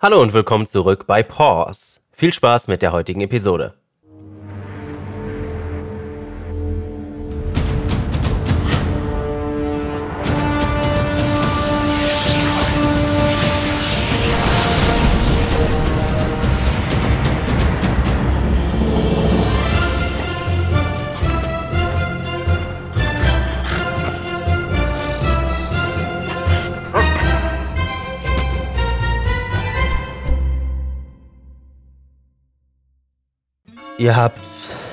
Hallo und willkommen zurück bei Pause. Viel Spaß mit der heutigen Episode. Ihr habt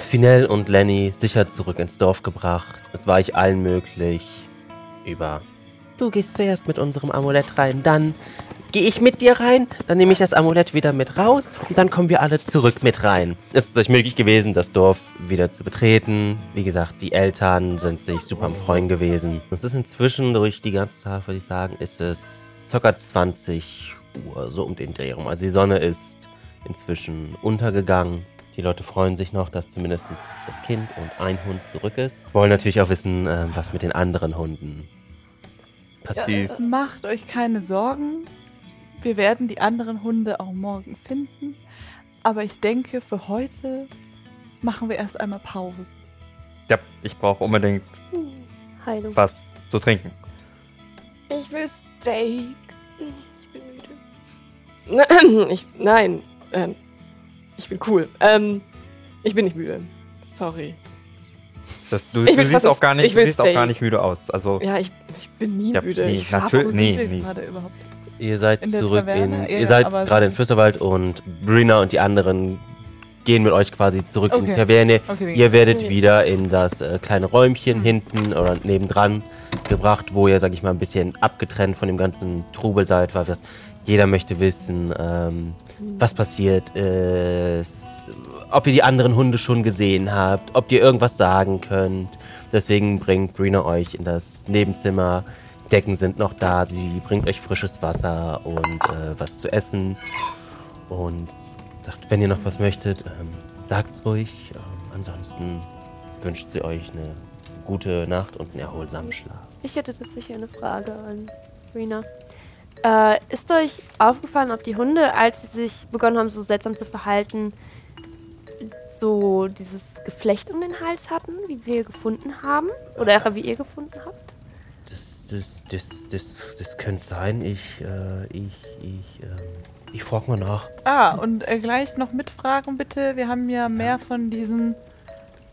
Finell und Lenny sicher zurück ins Dorf gebracht. Es war ich allen möglich. Über. Du gehst zuerst mit unserem Amulett rein, dann gehe ich mit dir rein, dann nehme ich das Amulett wieder mit raus und dann kommen wir alle zurück mit rein. Es ist euch möglich gewesen, das Dorf wieder zu betreten. Wie gesagt, die Eltern sind sich super am Freuen gewesen. Es ist inzwischen durch die ganze Tag, würde ich sagen, ist es ca. 20 Uhr, so um den Dreh rum. Also die Sonne ist inzwischen untergegangen. Die Leute freuen sich noch, dass zumindest das Kind und ein Hund zurück ist. Wollen natürlich auch wissen, äh, was mit den anderen Hunden passiert. Macht euch keine Sorgen. Wir werden die anderen Hunde auch morgen finden. Aber ich denke, für heute machen wir erst einmal Pause. Ja, ich brauche unbedingt Heilung. was zu trinken. Ich will Steak. Ich bin müde. Ich, nein, ähm, ich bin cool. Ähm, ich bin nicht müde. Sorry. Das, du Ich du will siehst, trotzdem- auch gar, nicht, ich will du siehst auch Steak. gar nicht müde aus. Also, Ja, ich, ich bin nie Ja, müde. nee, ich natürlich. schlafe. Warum nee, sind wir nee. gerade überhaupt? Ihr seid äh, In der zurück Taverne? in. Ihr Ja, seid aber- gerade in Fürsterwald und Brina und die anderen gehen mit euch quasi zurück in die Okay. Taverne. Okay, Ihr werdet Ja. wieder in das äh, kleine Räumchen hinten oder nebendran gebracht, wo ihr, sag ich mal, ein bisschen abgetrennt von dem ganzen Trubel seid, weil wir- jeder möchte wissen, ähm, was passiert ist, ob ihr die anderen Hunde schon gesehen habt, ob ihr irgendwas sagen könnt. Deswegen bringt Brina euch in das Nebenzimmer. Decken sind noch da, sie bringt euch frisches Wasser und äh, was zu essen. Und sagt, wenn ihr noch was möchtet, ähm, sagt's ruhig. Ähm, ansonsten wünscht sie euch eine gute Nacht und einen erholsamen Schlaf. Ich hätte tatsächlich eine Frage an Rina. Äh, ist euch aufgefallen, ob die Hunde, als sie sich begonnen haben, so seltsam zu verhalten, so dieses Geflecht um den Hals hatten, wie wir gefunden haben? Oder eher, wie ihr gefunden habt? Das, das, das, das, das könnte sein. Ich, äh, ich, ich, ähm, ich frag mal nach. Ah, und äh, gleich noch mitfragen bitte. Wir haben ja mehr von diesen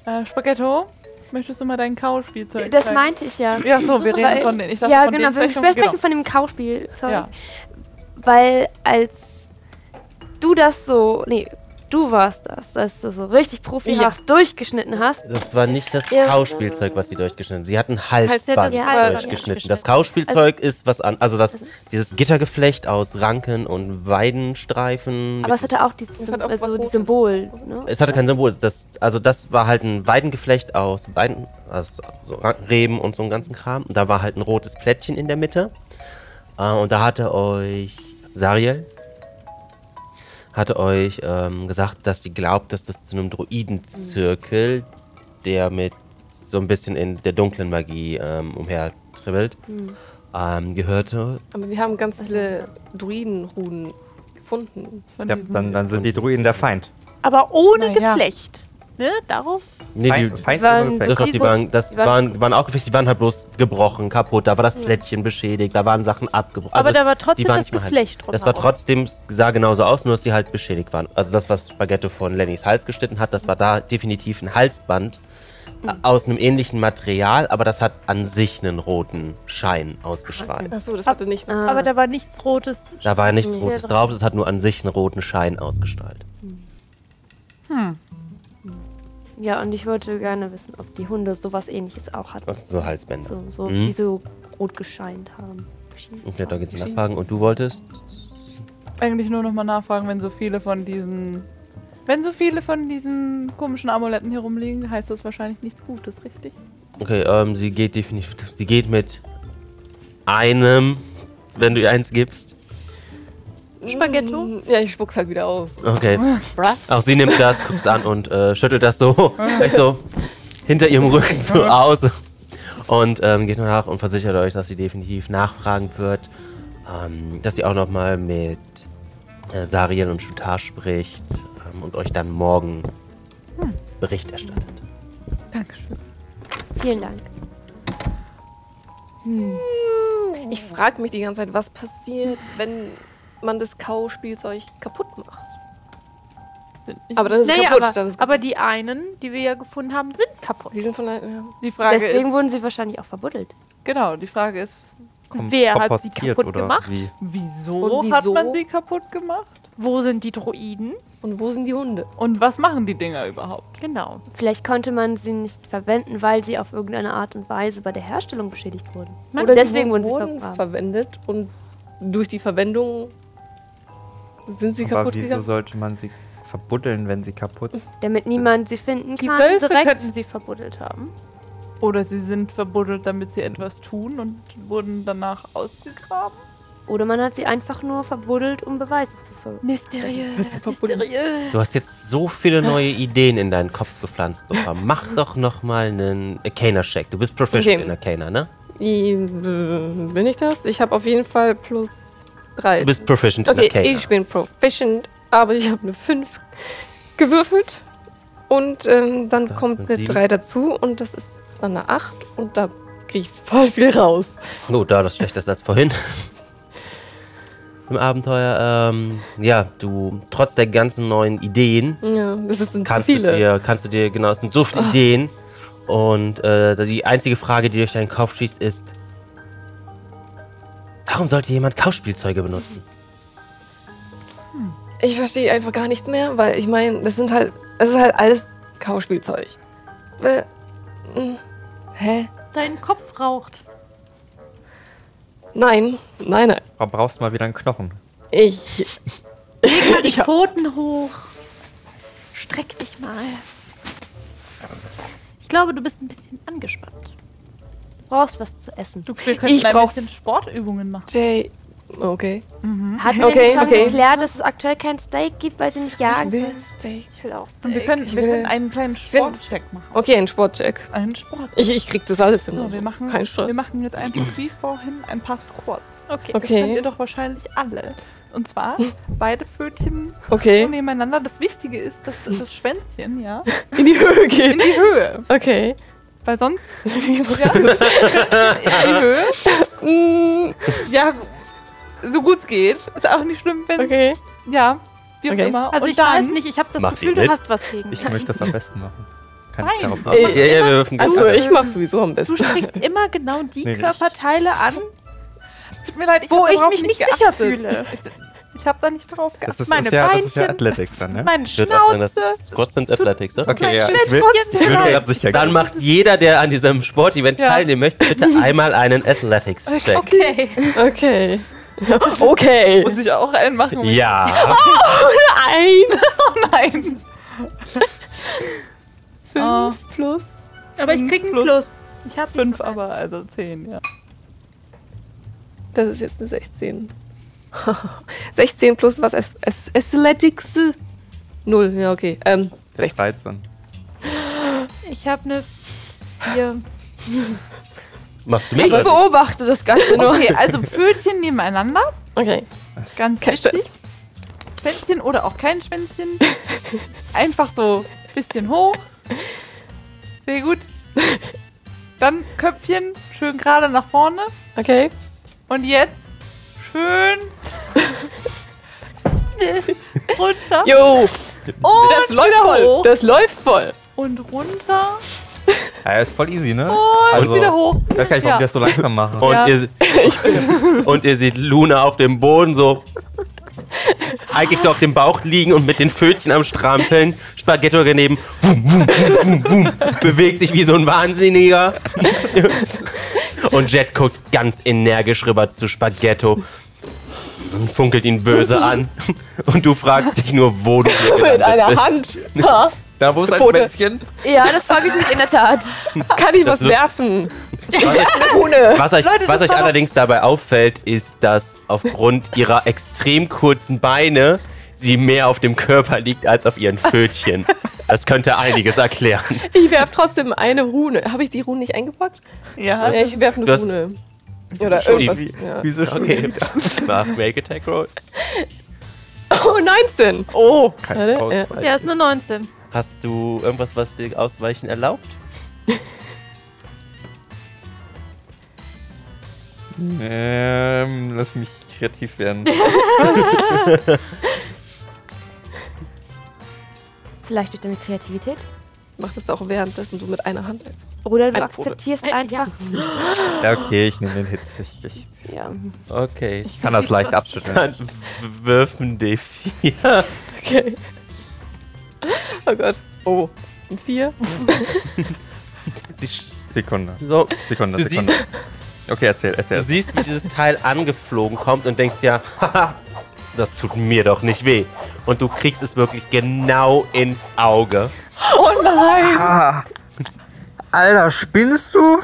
äh, Spaghetto. Möchtest du mal dein Kauspielzeug? Das zeigen? meinte ich ja. Ja, so, wir reden Weil- von denen. Ich dachte, ja, von genau. denen wir sprechen sprechen wir- genau. von dem Kauspiel. Sorry. Ja. Weil als du das so, nee, du warst das, als du so richtig profihaft durchgeschnitten hast, Das war nicht das Ja. Kauspielzeug, was sie durchgeschnitten. Sie hat ein Heißt, sie Halsband hat das Halsband durchgeschnitten. durchgeschnitten. Das Kauspielzeug ist was an, also das dieses Gittergeflecht aus Ranken und Weidenstreifen. Aber mit- es hatte auch dieses Es hat auch was also die Rotes. Symbol. Ne? Es hatte kein Symbol. Das, also das war halt ein Weidengeflecht aus Weiden, aus so Reben und so einem ganzen Kram. Und da war halt ein rotes Plättchen in der Mitte. Äh, und da hatte euch Sariel hatte euch ähm, gesagt, dass sie glaubt, dass das zu einem Druidenzirkel, der mit so ein bisschen in der dunklen Magie ähm, umhertribbelt, ähm, gehörte. Aber wir haben ganz viele Druidenrunen gefunden. Von ja, diesen- dann, dann sind die Druiden der Feind. Aber ohne Na ja. Geflecht. Ne? Darauf. Nee, die- Feind, Feind waren- Doch, oder Gefecht? doch, die waren, das Die waren, waren- waren, auch gefecht, die waren halt bloß gebrochen, kaputt. Da war das Plättchen beschädigt, da waren Sachen abgebrochen. Also, aber da war trotzdem waren das nicht mehr halt- Geflecht drumherum. Das war trotzdem, sah genauso aus, nur dass die halt beschädigt waren. Also das, was Spaghetto von Lennys Hals geschnitten hat, das war da definitiv ein Halsband Mhm. äh, aus einem ähnlichen Material, aber das hat an sich einen roten Schein ausgestrahlt. Achso, das hatte nicht. Ah. Aber da war nichts Rotes. Da war nichts Mhm. Rotes drauf, es hat nur an sich einen roten Schein ausgestrahlt. Hm. ja, und ich wollte gerne wissen, ob die Hunde sowas ähnliches auch hatten. Und so Halsbänder. So, so, Mhm. Die so rot gescheint haben. Und ja, da geht's nachfragen. Und du wolltest? eigentlich nur nochmal nachfragen, wenn so viele von diesen. Wenn so viele von diesen komischen Amuletten hier rumliegen, heißt das wahrscheinlich nichts Gutes, richtig? Okay, ähm, sie geht definitiv. Sie geht mit einem, wenn du ihr eins gibst. Spaghetto? Mm, Ja, ich spuck's halt wieder aus. Okay. Bruh. Auch sie nimmt das, guckt es an und äh, schüttelt das so, echt so hinter ihrem Rücken so aus. Und ähm, geht nach und versichert euch, dass sie definitiv nachfragen wird. Ähm, dass sie auch nochmal mit äh, Sarien und Shutar spricht ähm, und euch dann morgen Bericht erstattet. Dankeschön. Vielen Dank. Ich frage mich die ganze Zeit, was passiert, wenn man das Kauspielzeug kaputt macht. Sind nicht- Aber dann ist es Naja, kaputt. aber, dann ist es aber die einen, die wir ja gefunden haben, sind kaputt. kaputt. Sie sind von der, ja. die Frage Deswegen ist, wurden sie wahrscheinlich auch verbuddelt. genau, die Frage ist, Kom- Wer hat sie kompostiert kaputt oder gemacht? Wie? wieso, Und hat wieso? man sie kaputt gemacht? Wo sind die Droiden? Und wo sind die Hunde? Und was machen die Dinger überhaupt? Genau. Vielleicht konnte man sie nicht verwenden, weil sie auf irgendeine Art und Weise bei der Herstellung beschädigt wurden. Man- Oder deswegen die wurden sie wurden vergraben. verwendet und durch die Verwendung sind sie Aber kaputt wieso gegangen. sollte man sie verbuddeln, wenn sie kaputt Damit niemand sie finden Die kann. Wölfe direkt. könnten sie verbuddelt haben. Oder sie sind verbuddelt, damit sie etwas tun und wurden danach ausgegraben? Oder man hat sie einfach nur verbuddelt, um Beweise zu ver. Mysteriös. verbuddelt? Mysteriös. Du hast jetzt so viele neue Ideen in deinen Kopf gepflanzt, Dora. Mach doch nochmal einen Arcana-Check. Du bist Proficient Okay. in Arcana, ne? I- äh, Bin ich das? Ich habe auf jeden Fall plus 3. Du bist Proficient okay, in Arcana. ich bin proficient, aber ich habe eine 5 gewürfelt. Und ähm, dann Da kommt sind eine sieben. 3 dazu und das ist dann eine 8 und da kriege ich voll viel raus. Oh, da das schlechter als vorhin. Im Abenteuer, ähm, ja, du, trotz der ganzen neuen Ideen, Ja, das sind zu kannst du viele. Oh. dir, kannst du dir, genau, es sind so viele Ideen. Und äh, die einzige Frage, die durch deinen Kopf schießt, ist: Warum sollte jemand Kauspielzeuge benutzen? Ich verstehe einfach gar nichts mehr, weil ich meine, das sind halt, es ist halt alles Kauspielzeug. Äh, mh, hä? Dein Kopf raucht. Nein, nein, nein. Aber brauchst mal wieder einen Knochen. Ich, Leg mal die Pfoten hoch. Streck dich mal. Ich glaube, du bist ein bisschen angespannt. Du brauchst was zu essen. Du, wir könnten Ich ein brauch's. bisschen Sportübungen machen. Jay, okay. Hat mir Okay, schon okay. erklärt, dass es aktuell kein Steak gibt, weil sie nicht jagen Ich will können. Steak. Ich will auch Und wir können, Ich wir will- können einen kleinen find- Sportcheck machen. Okay, ein Sportcheck. Einen Sport. Ich, ich krieg das alles hin. So, wir machen, Kein Stress. wir machen jetzt einfach wie vorhin ein paar Squats. Okay. Das kennt ihr Okay, doch wahrscheinlich alle. Und zwar beide Pfötchen so okay. nebeneinander. Das Wichtige ist, dass dass das Schwänzchen, ja, In die Höhe in gehen. die Höhe. Okay. Weil sonst. Ja, in die Höhe. Mm, Ja, so gut es geht. Ist auch nicht schlimm, wenn. Okay. Ja, wie auch Okay. immer. Also Und ich dann, weiß nicht, ich habe das Macht Gefühl, ihr du mit? hast was gegen Ich mich. möchte das am besten machen. Kann ich Nein. darauf Ja, Äh, ja, wir dürfen Achso, gerne. ich mach sowieso am Du besten. sprichst immer genau die Nee, nicht. Körperteile an, Tut mir leid, ich wo hab ich darauf mich nicht geachtet. sicher fühle. Ich habe da nicht drauf geachtet. Das ist, meine ist, ja, das ist ja Beinchen. Athletics dann, ne? Meine Ich würde auch sagen, dass Schnauze. Squats sind Athletics, oder? Okay, mein ja. Schwert Ich will, trotzdem ich will rein. grad sicher Genau. Dann gehen. macht jeder, der an diesem Sportevent Ja. teilnehmen möchte, bitte einmal einen Athletics-Check. Okay. Okay. Okay. Muss ich auch einen machen? Ja. Eins, Nein. fünf Ah. plus. Aber ich krieg einen Plus. Plus. Ich habe Fünf aber, also zehn, ja. Das ist jetzt eine 16. 16 plus was? As- As- Athletics? Null, ja, okay. Ähm, 16. 13. Ich habe eine vier. Machst du Ich mit? oder nicht? beobachte das Ganze nur. Okay, also Pfötchen nebeneinander. Okay. Ganz Kein wichtig. Stress. Schwänzchen oder auch kein Schwänzchen. Einfach so ein bisschen hoch. Sehr gut. Dann Köpfchen schön gerade nach vorne. Okay. Und jetzt schön runter. Jo, und das läuft wieder voll. hoch. Das läuft voll. Und runter. Ja, ist voll easy, Oh, ne? Und Also, wieder hoch. Ich weiß gar nicht, warum Ja. die das so langsam machen. Und, Ja. ihr, und ihr seht Luna auf dem Boden so eigentlich so auf dem Bauch liegen und mit den Pfötchen am Strampeln, Spaghetto daneben, wum, wum, wum, wum, wum, bewegt sich wie so ein Wahnsinniger. Und Jet guckt ganz energisch rüber zu Spaghetto und funkelt ihn böse an. Und du fragst dich nur, wo du hier Mit gelandet einer bist. Hand. Ha. Da, wo ist ein Pfote. Schwänzchen? Ja, das frage ich mich in der Tat. Kann ich Das was wird- werfen? Was euch- Ohne. Was euch, Leute, das was euch war doch- allerdings dabei auffällt, ist, dass aufgrund ihrer extrem kurzen Beine sie mehr auf dem Körper liegt als auf ihren Fötchen. Das könnte einiges erklären. Ich werf trotzdem eine Rune. Habe ich die Rune nicht eingepackt? Ja, Ja, ich werf eine Du hast- Rune. Oder Entschuldigung, irgendwas. Ja. Wieso schon? Okay. Mach Make Attack Roll. Oh, 19. Oh, Kein Warte, äh, ja. Ausweichen. Ja, ist eine 19. Hast du irgendwas, was dir Ausweichen erlaubt? Ähm, lass mich kreativ werden. Vielleicht durch deine Kreativität. Mach das auch währenddessen so mit einer Hand. Ein Oder du Ein Vogel. akzeptierst Ein- einfach. ja, okay, ich nehme den Hit. Ich, ich Ja. Okay. kann das leicht abschütteln. Dann w- wirf ein D4. Okay. Oh Gott. Oh. Ein 4. Sekunde. So, Sekunde, Du Sekunde. Okay, erzähl, erzähl. du siehst, wie dieses Teil angeflogen kommt und denkst dir, haha, das tut mir doch nicht weh. Und du kriegst es wirklich genau ins Auge. Oh Alter, spinnst du?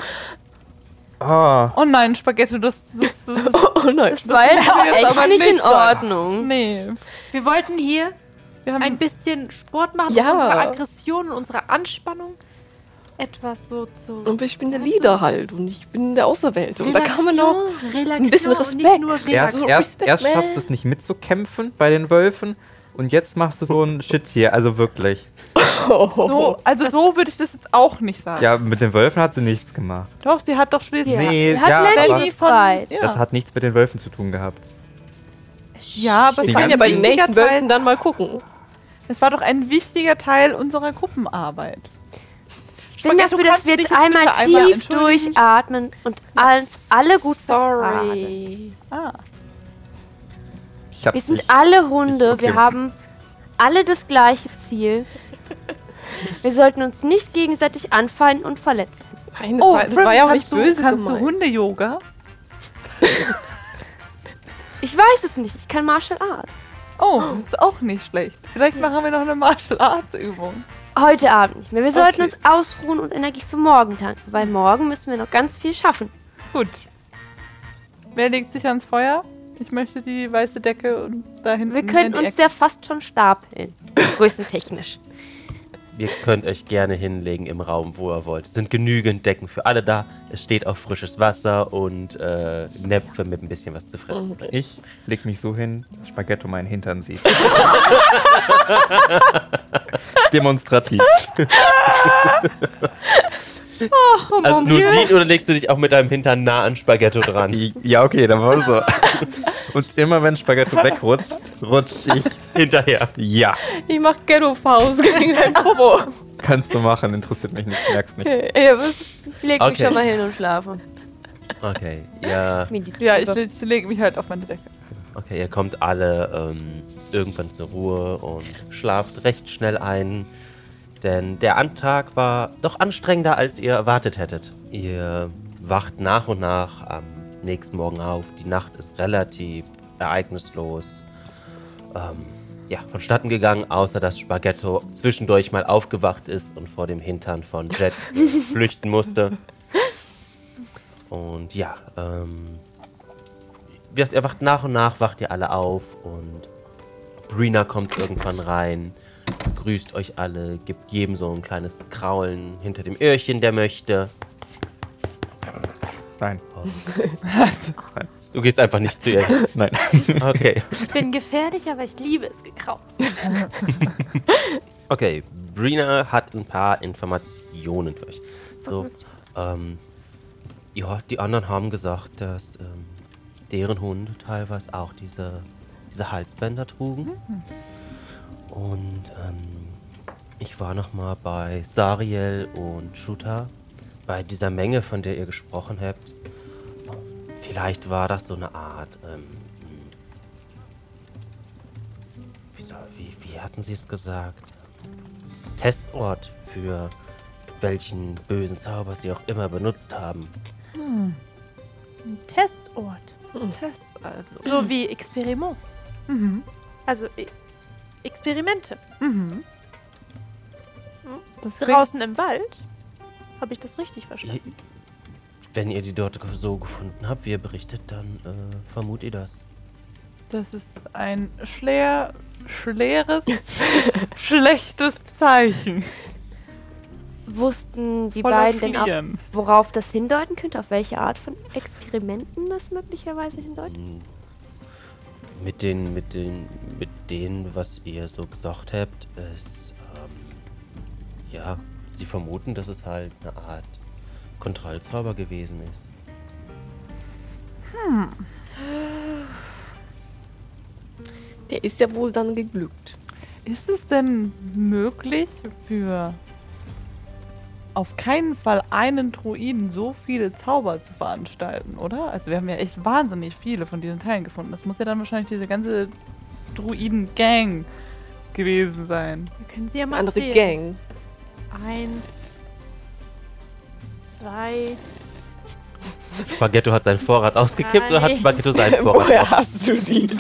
Oh. oh nein, Spaghetti, das, das, das, das Oh nein. Das war jetzt will ich jetzt aber auch echt nicht nicht in sagen. Ordnung. Nee. Wir wollten hier Wir haben ein bisschen Sport machen, Ähm, Ja. um unsere Aggression und unsere Anspannung etwas so zu. Und wir spielen der Lieder halt. Und ich bin der Auserwählte. Und da kann man auch. Relaxion, Relaxion ein bisschen und nicht nur Respekt. Erst, Relaxion. erst, erst schaffst du es nicht mitzukämpfen bei den Wölfen und jetzt machst du so einen Shit hier, also wirklich. so, also so würde ich das jetzt auch nicht sagen. Ja, mit den Wölfen hat sie nichts gemacht. Doch, sie hat doch schließlich. Ja. Nee, Hat ja, aber Lenny Lenny von. befreit. das hat nichts mit den Wölfen zu tun gehabt. ja, aber es Die Ich war, kann ein ja bei den wichtiger nächsten Wölfen Teil, dann mal gucken. es war doch ein wichtiger Teil unserer Gruppenarbeit. Ich bin dafür, dass wir jetzt einmal tief durchatmen und alles, alle gut vertragen. Ah, Ich hab Wir sind dich- alle Hunde, ich- okay. wir haben alle das gleiche Ziel. Wir sollten uns nicht gegenseitig anfallen und verletzen. Nein, das, oh, war, das war ja auch nicht kannst, böse du, kannst du gemeint. Hunde-Yoga? Ich weiß es nicht, ich kann Martial Arts. Oh, das ist auch nicht schlecht. Vielleicht machen wir noch eine Martial Arts Übung. Heute Abend nicht mehr. Wir sollten Okay. uns ausruhen und Energie für morgen tanken, weil morgen müssen wir noch ganz viel schaffen. Gut. Wer legt sich ans Feuer? Ich möchte die weiße Decke und da hinten. Wir in können die uns Ecke. ja fast schon stapeln. Größentechnisch. Ihr könnt euch gerne hinlegen im Raum, wo ihr wollt. Es sind genügend Decken für alle da. Es steht auf frisches Wasser und äh, Näpfe mit ein bisschen was zu Oh. fressen. Ich leg mich so hin, dass Spaghetto meinen Hintern sieht. Demonstrativ. Also, nur sieht oder legst du dich auch mit deinem Hintern nah an Spaghetto dran? Ja, okay, dann war es so. Und immer wenn Spaghetto wegrutscht, rutscht ich. Hinterher. Ja, Ich mach Ghetto-Faust gegen dein Popo. kannst du machen, interessiert mich nicht, merkst nicht. Okay, ihr wisst, Ich leg mich Okay. schon mal hin und schlafe. Okay, ja. Meditiere. Ja, ich, le- ich lege mich halt auf meine Decke. Okay, ihr kommt alle ähm, irgendwann zur Ruhe und schlaft recht schnell ein, denn der Antag war doch anstrengender, als ihr erwartet hättet. Ihr wacht nach und nach am nächsten Morgen auf. Die Nacht ist relativ ereignislos. Ähm, ja, vonstatten gegangen, außer dass Spaghetto zwischendurch mal aufgewacht ist und vor dem Hintern von Jet flüchten musste. Und ja, ähm, wie gesagt, er wacht nach und nach, wacht ihr alle auf und Brina kommt irgendwann rein, grüßt euch alle, gibt jedem so ein kleines Kraulen hinter dem Öhrchen, der möchte. Nein, Du gehst einfach nicht zu ihr. nein. Okay. Ich bin gefährlich, aber ich liebe es gekraut. Okay, Brina hat ein paar Informationen für euch. So, ähm, ja, die anderen haben gesagt, dass ähm, deren Hunde teilweise auch diese, diese Halsbänder trugen. Und ähm, ich war nochmal bei Sariel und Shuta, bei dieser Menge, von der ihr gesprochen habt. Vielleicht war das so eine Art ähm, hm, wie, soll- wie, wie hatten Sie es gesagt? Testort für welchen bösen Zauber Sie auch immer benutzt haben. Ein Testort. Test also. So wie Experiment. Mhm. Also e Experimente. Hm? Mhm. Das klingt- Draußen im Wald. Habe ich das richtig verstanden? Ihr- Wenn ihr die dort so gefunden habt, wie ihr berichtet, dann äh, vermutet ihr das. Das ist ein schler, schleres, schlechtes Zeichen. Wussten die Voller beiden denn auch, Fliehen. worauf das hindeuten könnte? Auf welche Art von Experimenten das möglicherweise hindeutet? Hm. Mit den, mit den, mit denen, was ihr so gesagt habt, ist, ähm, ja, sie vermuten, dass es halt eine Art Kontrollzauber gewesen ist. Der ist ja wohl dann geglückt. Ist es denn möglich für auf keinen Fall einen Druiden so viele Zauber zu veranstalten, oder? Also wir haben ja echt wahnsinnig viele von diesen Teilen gefunden. Das muss ja dann wahrscheinlich diese ganze Druiden-Gang gewesen sein. Wir können sie ja Eine mal andere zählen. Gang. Eins, zwei, Spaghetto hat seinen Vorrat ausgekippt oder hat Nein. Spaghetto seinen Vorrat? Woher hast du die?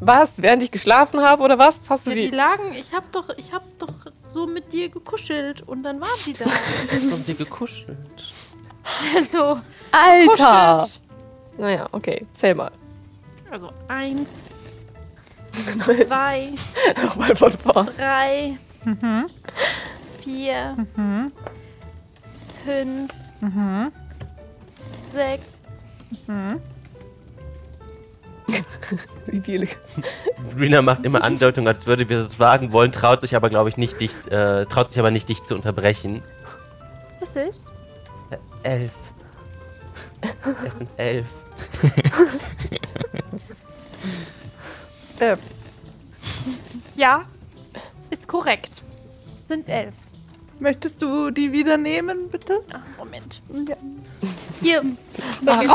Was? Während ich geschlafen habe oder was? Hast du Ja, die die? lagen, ich hab doch, ich hab doch so mit dir gekuschelt und dann waren die da. Haben sie gekuschelt? Also, Oh, Alter! kuschelt. Naja, okay, zähl mal. Also eins, zwei, Nochmal von vorne. drei, vier, fünf, sechs, Wie viele? Rina macht immer Andeutung, als würde wir es wagen wollen, traut sich aber, glaube ich, nicht dich, äh, traut sich aber nicht dich zu unterbrechen. was ist? Äh, elf. Es sind elf. Äh, Ja, ist korrekt. Sind elf. möchtest du die wieder nehmen, bitte? Ach, Moment. Ja. Hier, Spaghetti.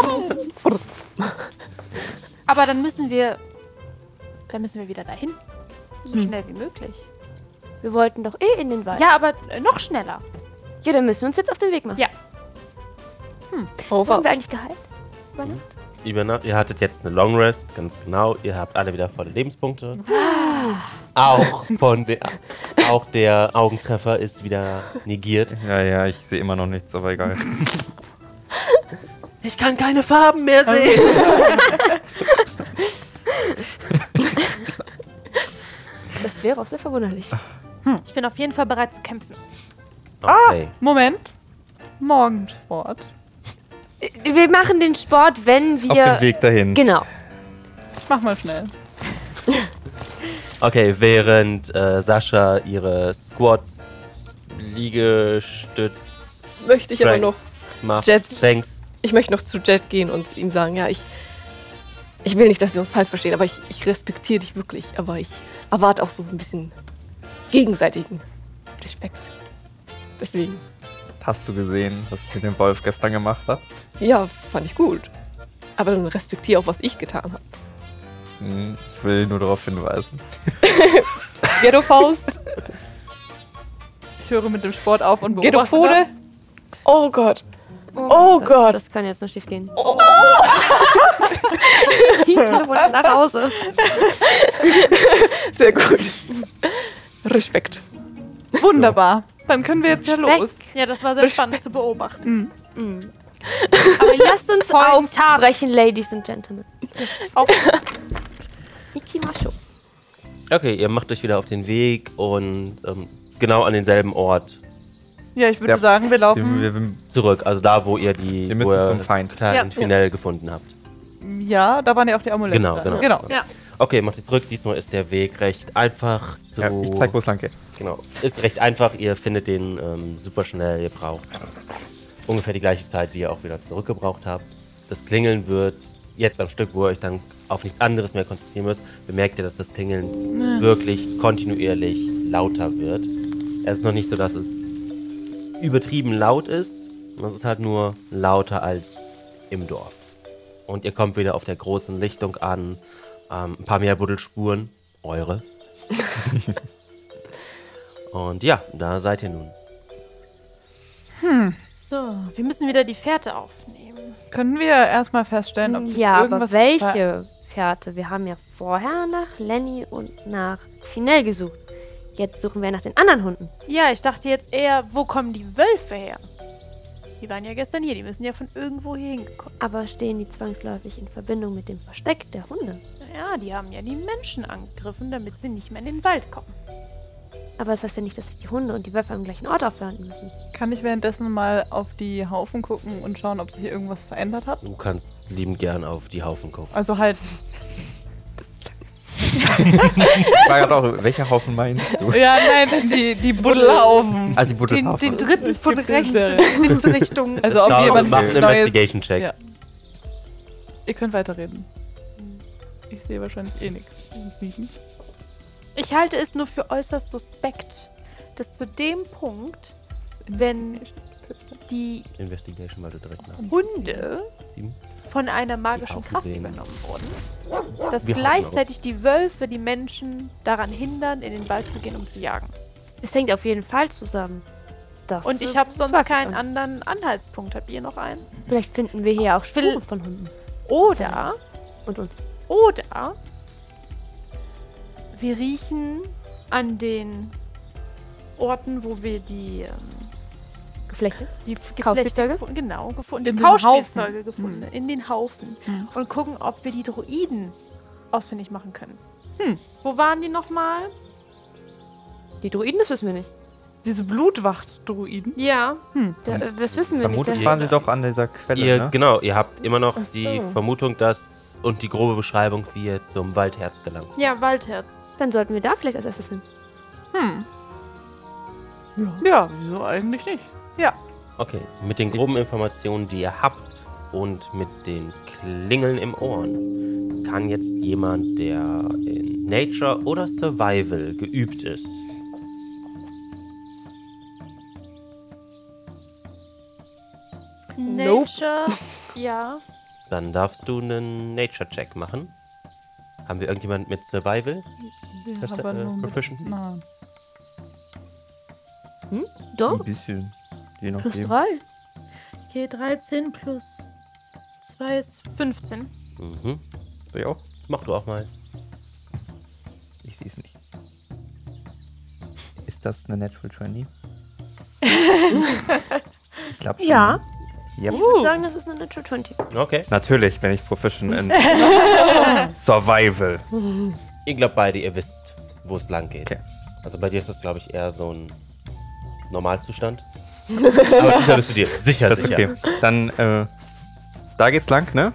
Aber dann müssen wir, dann müssen wir wieder dahin. So schnell wie möglich. Wir wollten doch eh in den Wald. Ja, aber äh, noch schneller. ja, dann müssen wir uns jetzt auf den Weg machen. Ja. Wurden Over. wir eigentlich geheilt? Überna ihr hattet jetzt eine Long Rest, ganz genau. Ihr habt alle wieder volle Lebenspunkte. Auch von der, auch der Augentreffer ist wieder negiert. Ja, ja, ich sehe immer noch nichts, aber egal. Ich kann keine Farben mehr sehen. Das wäre auch sehr verwunderlich. Ich bin auf jeden Fall bereit zu kämpfen. Okay. Moment. Morgensport. Äh, Wir machen den Sport, wenn wir. Auf dem Weg dahin. Genau. Mach mal schnell. Okay, während äh, Sascha ihre Squats, Liegestütz, Möchte ich aber noch. macht, Jet- Thanks. Ich möchte noch zu Jet gehen und ihm sagen, ja, ich. Ich will nicht, dass wir uns falsch verstehen, aber ich, ich respektiere dich wirklich. Aber ich erwarte auch so ein bisschen gegenseitigen Respekt. Deswegen. Hast du gesehen, was ich mit dem Wolf gestern gemacht habe? Ja, fand ich gut. Aber dann respektiere auch, was ich getan habe. Hm, Ich will nur darauf hinweisen. Ghetto-Faust, Ich höre mit dem Sport auf und um beobachte Ghetto-Pfode. das. Oh Gott. Oh das, Gott. Das kann jetzt noch schief gehen. Oh. Telefon nach Hause. Sehr gut. Respekt. Wunderbar. Dann können wir jetzt ja los. Ja, das war sehr spannend zu beobachten. Aber lasst uns Folgen- aufbrechen, Ladies and Gentlemen. Auf Ikimasho. Okay, ihr macht euch wieder auf den Weg und ähm, genau an denselben Ort Ja, ich würde Ja. sagen, wir Wir, laufen. wir, wir, zurück. Also da, wo ihr die Wir müssen wo ihr zum Feind. kleinen Ja. Finale gefunden habt. Ja, da waren ja auch die Amulette. Genau, genau. genau. Ja. Okay, macht ihr zurück. Diesmal ist der Weg recht einfach. Zu, ja, ich zeig, wo es lang geht. Genau. Ist recht einfach. Ihr findet den ähm, super schnell. Ihr braucht ungefähr die gleiche Zeit, wie ihr auch wieder zurückgebraucht habt. Das Klingeln wird jetzt am Stück, wo ihr euch dann auf nichts anderes mehr konzentrieren müsst, bemerkt ihr, dass das Klingeln wirklich kontinuierlich lauter wird. Es ist noch nicht so, dass es übertrieben laut ist. Es ist halt nur lauter als im Dorf. Und ihr kommt wieder auf der großen Lichtung an. Ähm, ein paar mehr Buddelspuren. Eure. Und ja, da seid ihr nun. so, wir müssen wieder die Fährte aufnehmen. Können wir erstmal feststellen, ob Ja, aber irgendwas welche Fährte? Wir haben ja vorher nach Lenny und nach Finell gesucht. Jetzt suchen wir nach den anderen Hunden. Ja, ich dachte jetzt eher, wo kommen die Wölfe her? Die waren ja gestern hier, die müssen ja von irgendwo hier hingekommen. Aber stehen die zwangsläufig in Verbindung mit dem Versteck der Hunde? Ja, die haben ja die Menschen angegriffen, damit sie nicht mehr in den Wald kommen. Aber das heißt ja nicht, dass sich die Hunde und die Wölfe am gleichen Ort aufhalten müssen. Kann ich währenddessen mal auf die Haufen gucken und schauen, ob sich irgendwas verändert hat? Du kannst liebend gern auf die Haufen gucken. Also halt, Ich war gerade auch, welcher Haufen meinst du? ja, nein, die, die Buddelhaufen. Also die Den, den Buddelhaufen. dritten von gibt eine rechts Serie. in die Windrichtung. Also ob Schau, jemand mach einen was Neues... Investigation-Check. Ja. Also Ihr könnt weiterreden. Ich sehe wahrscheinlich eh nichts. Sieben. Ich halte es nur für äußerst suspekt, dass zu dem Punkt, wenn die Investigation, weil du direkt nach. Hunde Sieben. von einer magischen Haufen Kraft sehen. übernommen wurden, dass Wir haufen gleichzeitig die Wölfe die Menschen daran hindern, in den Wald zu gehen, um zu jagen. Es hängt auf jeden Fall zusammen. Das Und ich äh, habe sonst zweifelt keinen an. anderen Anhaltspunkt. Habt ihr noch einen? Vielleicht finden wir hier auch Spuren Will- von Hunden Oder, und uns. oder wir riechen an den Orten, wo wir die, ähm, Geflechte? die F- Kaufspielzeuge? gefunden, genau, gefunden, In die den Haufen. Tauschspielzeuge gefunden, Hm. in den Haufen Hm. und gucken, ob wir die Droiden ausfindig machen können. Wo waren die nochmal? Die Druiden, das wissen wir nicht. Diese Blutwacht-Druiden. Ja, Da, äh, das wissen wir Vermutlich nicht. waren sie doch an dieser Quelle, Ihr, ne? Genau, ihr habt immer noch Ach die so. Vermutung, dass und die grobe Beschreibung, wie ihr zum Waldherz gelangt. ja, Waldherz. Dann sollten wir da vielleicht als erstes hin. Hm. Ja. Ja, wieso eigentlich nicht? Okay, mit den groben Informationen, die ihr habt und mit den Klingeln im Ohren, kann jetzt jemand, der in Nature oder Survival geübt ist, Nope. Nature, ja. dann darfst du einen Nature-Check machen. Haben wir irgendjemand mit Survival? Wir Hast du, haben äh, nur mit- Proficiency? Nein. Doch, bisschen. Je plus nachdem. drei. Okay, 13 plus 2 ist 15. Mhm. Soll ich auch? Mach du auch mal. Ich sehe es nicht. Ist das eine Natural 20? ich glaube Ja. Yep. Ich würde sagen, das ist eine Natural 20. Okay. Natürlich bin ich Proficient in Survival. Ich glaube beide, ihr wisst, wo es lang geht. Okay. Also bei dir ist das, glaube ich, eher so ein Normalzustand. Aber sicher bist du dir sicher, Das ist sicher. okay. Dann, äh, da geht's lang, ne?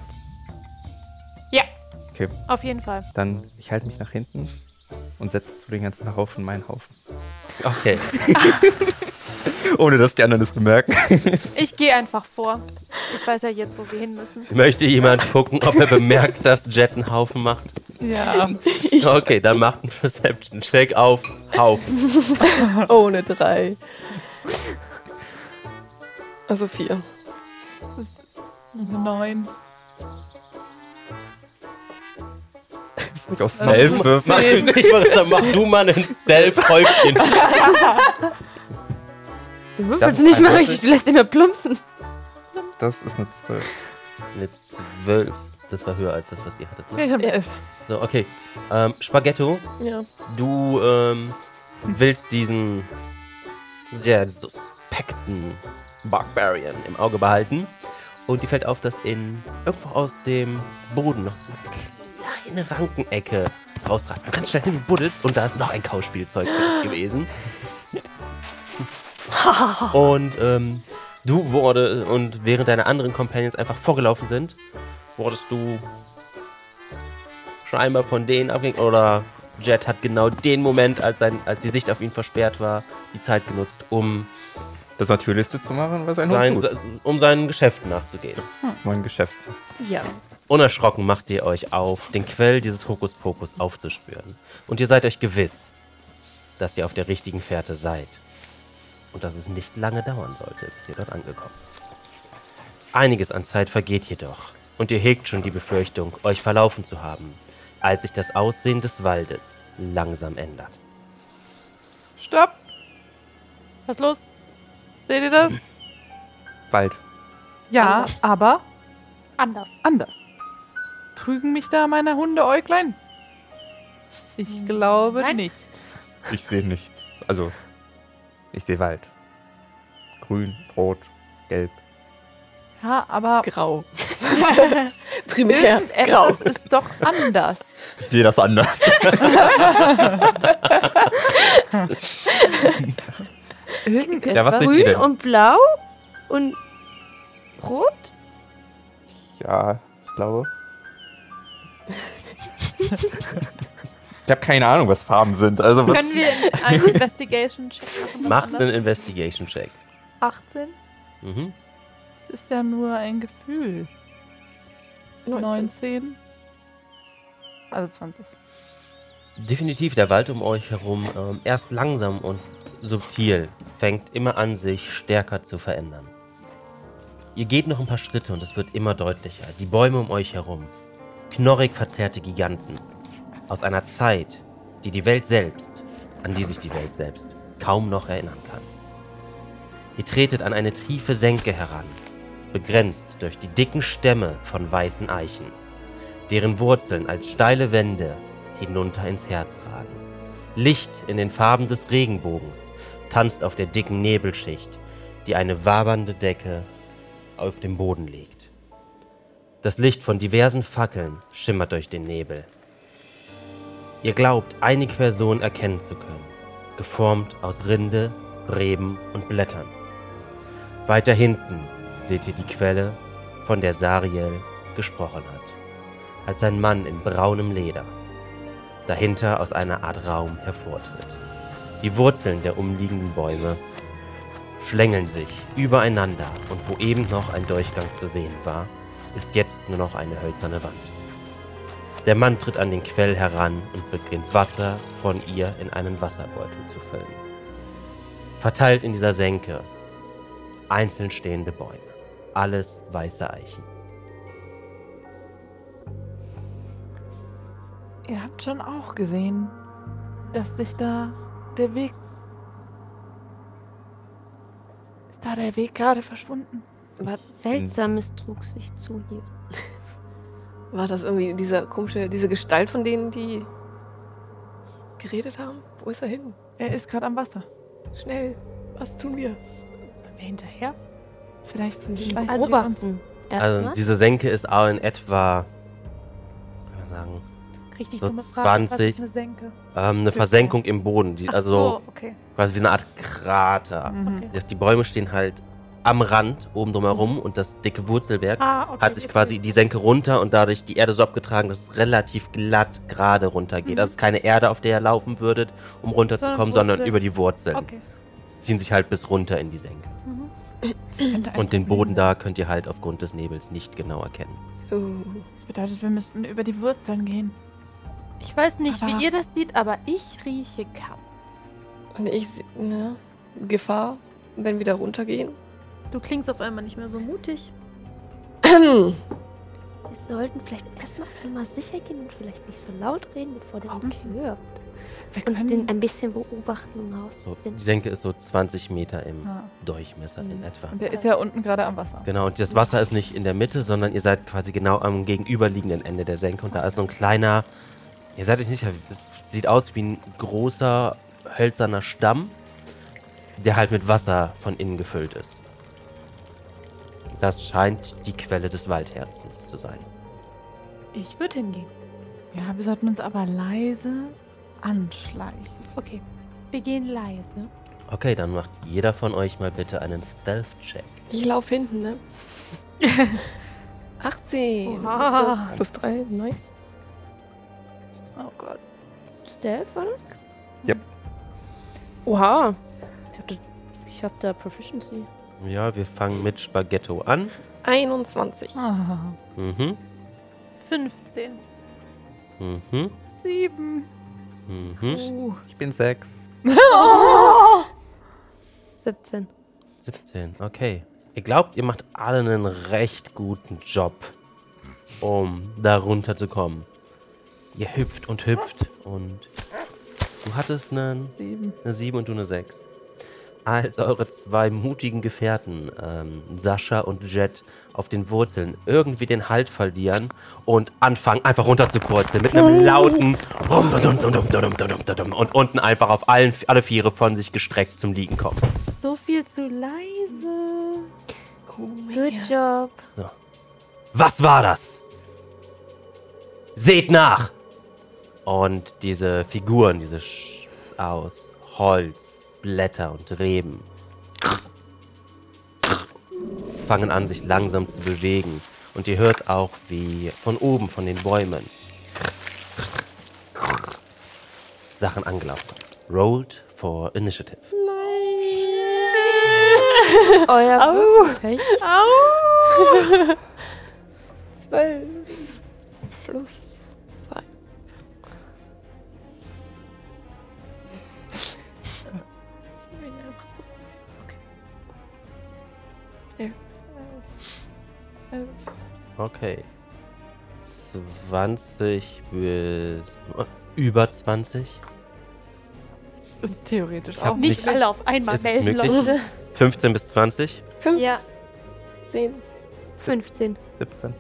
Ja, Okay, auf jeden Fall. dann ich halte mich nach hinten und setze zu den ganzen Haufen meinen Haufen. Okay. Ohne dass die anderen es bemerken. Ich gehe einfach vor. Ich weiß ja jetzt, wo wir hin müssen. Möchte jemand gucken, ob er bemerkt, dass Jet einen Haufen macht? Ja, Okay, dann macht einen Perception-Check auf Haufen. Ohne drei. Also vier. das ist neun. Das muss ich aufs Also, Elf Mach, würfeln. ich wollte sagen, mach du mal einen Stealth-Häufchen. Du Das würfelst ist nicht ein mal Würfel. richtig, du lässt ihn nur plumpsen. also Das ist eine 12. Eine 12. Das war höher als das, was ihr hattet. Ja, Ne? ich habe Ja. elf. So, okay. Ähm, Spaghetto, Ja. du ähm, willst diesen sehr suspekten Barbarian im Auge behalten. Und dir fällt auf, dass in irgendwo aus dem Boden noch so eine kleine Rankenecke rausragt. Man ganz schnell hingebuddelt und da ist noch ein Kauspielzeug für dich gewesen. und ähm, du wurde und während deine anderen Companions einfach vorgelaufen sind, wurdest du schon einmal von denen abgehängt oder Jet hat genau den Moment, als, sein, als die Sicht auf ihn versperrt war, die Zeit genutzt, um, Das Natürlichste zu machen, was ein sein, Hund tut. um seinen Geschäften nachzugehen. Mein Geschäft. Ja. Unerschrocken macht ihr euch auf, den Quell dieses Hokuspokus aufzuspüren. Und ihr seid euch gewiss, dass ihr auf der richtigen Fährte seid. Und dass es nicht lange dauern sollte, bis ihr dort angekommen seid. Einiges an Zeit vergeht jedoch. Und ihr hegt schon die Befürchtung, euch verlaufen zu haben, als sich das Aussehen des Waldes langsam ändert. Stopp! Was los? Seht ihr das? Bald. Ja, Anders. aber Anders. anders. Trügen mich da meine Hunde Äuglein? Ich glaube Hm. Nein. nicht. Ich sehe nichts. Also, ich sehe Wald. Grün, rot, gelb. Ja, aber Grau. Primär grau. etwas ist doch anders. Ich sehe das anders. Irgendetwas. Ja, was seht ihr Grün denn? und blau und rot? Ja, ich glaube. ich habe keine Ahnung, was Farben sind. Also was Können wir einen Investigation-Check machen? das Macht andere? einen Investigation-Check. 18. Mhm. Es ist ja nur ein Gefühl. 19. 19. Also 20. Definitiv, der Wald um euch herum, ähm, erst langsam und subtil, fängt immer an, sich stärker zu verändern. Ihr geht noch ein paar Schritte und es wird immer deutlicher. Die Bäume um euch herum, knorrig verzerrte Giganten, aus einer Zeit, die die Welt selbst, an die sich die Welt selbst kaum noch erinnern kann. Ihr tretet an eine tiefe Senke heran, begrenzt durch die dicken Stämme von weißen Eichen deren Wurzeln als steile Wände hinunter ins Herz ragen. Licht in den Farben des Regenbogens tanzt auf der dicken Nebelschicht, die eine wabernde Decke auf dem Boden legt. Das Licht von diversen Fackeln schimmert durch den Nebel. Ihr glaubt, einige Personen erkennen zu können, geformt aus Rinde, Reben und Blättern. Weiter hinten seht ihr die Quelle, von der Sariel gesprochen hat als ein Mann in braunem Leder dahinter aus einer Art Raum hervortritt. Die Wurzeln der umliegenden Bäume schlängeln sich übereinander und wo eben noch ein Durchgang zu sehen war, ist jetzt nur noch eine hölzerne Wand. Der Mann tritt an den Quell heran und beginnt Wasser von ihr in einen Wasserbeutel zu füllen. Verteilt in dieser Senke einzeln stehende Bäume, alles weiße Eichen. Ihr habt schon auch gesehen, dass sich da der Weg. Ist da der Weg gerade verschwunden? Seltsames trug sich zu hier. War das irgendwie dieser komische, diese Gestalt von denen, die geredet haben? Wo ist er hin? Er ist gerade am Wasser. Schnell, was tun wir? Sollen wir hinterher? Vielleicht Die schleicht sie uns. Beobachten. Also hm, Erstmal. diese Senke ist auch in etwa, kann man sagen, Richtig So dumme Frage. Was 20. ist eine Senke? ähm, eine Versenkung im Boden, die, Ach also so, okay. quasi wie eine Art Krater. Mhm. Das- Die Bäume stehen halt am Rand oben drumherum und das dicke Wurzelwerk Mhm. Ah, okay. hat sich quasi die Senke runter und dadurch die Erde so abgetragen, dass es relativ glatt gerade runtergeht. Mhm. Also es ist keine Erde, auf der ihr laufen würdet, um runterzukommen, sondern, Wurzeln. über die Wurzeln. Okay. Sie ziehen sich halt bis runter in die Senke. Mhm. Könnte ein Und den Problem Boden da könnt ihr halt aufgrund des Nebels nicht genau erkennen. Oh. Das bedeutet, wir müssten über die Wurzeln gehen. Ich weiß nicht, Aber- wie ihr das sieht, aber ich rieche Kampf. Und ich, se- ne? Gefahr, wenn wir da runtergehen. Du klingst auf einmal nicht mehr so mutig. Wir sollten vielleicht erstmal auf einmal sicher gehen und vielleicht nicht so laut reden, bevor der uns Okay. hört. Wir Und den können. ein bisschen beobachten, um So, die herauszufinden. Senke ist so 20 Meter im Ah. Durchmesser in etwa. Und der ist ja unten gerade am Wasser. Genau, und das Wasser ist nicht in der Mitte, sondern ihr seid quasi genau am gegenüberliegenden Ende der Senke. Und da ist so ein kleiner, ihr seid euch nicht, sicher, es sieht aus wie ein großer hölzerner Stamm, der halt mit Wasser von innen gefüllt ist. Das scheint die Quelle des Waldherzens zu sein. Ich würde hingehen. Ja, wir sollten uns aber leise anschleichen. Okay. Wir gehen leise. Okay, dann macht jeder von euch mal bitte einen Stealth-Check. Ich laufe hinten, ne? 18. Oha. Plus 3, nice. Oh Gott. Stealth war das? Yep. Oha. Ich hab da, ich hab da Proficiency. Ja, wir fangen mit Spaghetto an. 21. Ah, Mhm, 15. mhm, sieben. mhm. Uh. ich bin sechs. 17. 17, okay. Ihr glaubt, ihr macht alle einen recht guten Job, um da runterzukommen. Ihr hüpft und hüpft und du hattest einen, Sieben. eine 7 und du eine 6. Als eure zwei mutigen Gefährten, ähm, Sascha und Jet, auf den Wurzeln irgendwie den Halt verlieren und anfangen einfach runterzukürzeln mit einem lauten Rum, dum, dum, dum, dum, dum, dum, dum, dum, und unten einfach auf allen, alle Viere von sich gestreckt zum Liegen kommen. So viel zu leise. Oh Good mein job. Was war das? Seht nach! Und diese Figuren, diese Sch aus Holz, Blätter und Reben, fangen an, sich langsam zu bewegen. Und ihr hört auch, wie von oben, von den Bäumen, Sachen angelaufen. Rolled for Initiative. Euer Würfel recht. Zwölf plus zwei. Okay. 20 bis. Über 20? Das ist theoretisch Ich hab auch nicht- Nicht alle auf einmal Ist es melden, möglich? Leute. 15 bis 20? Fünf, Ja, zehn. 15. 17.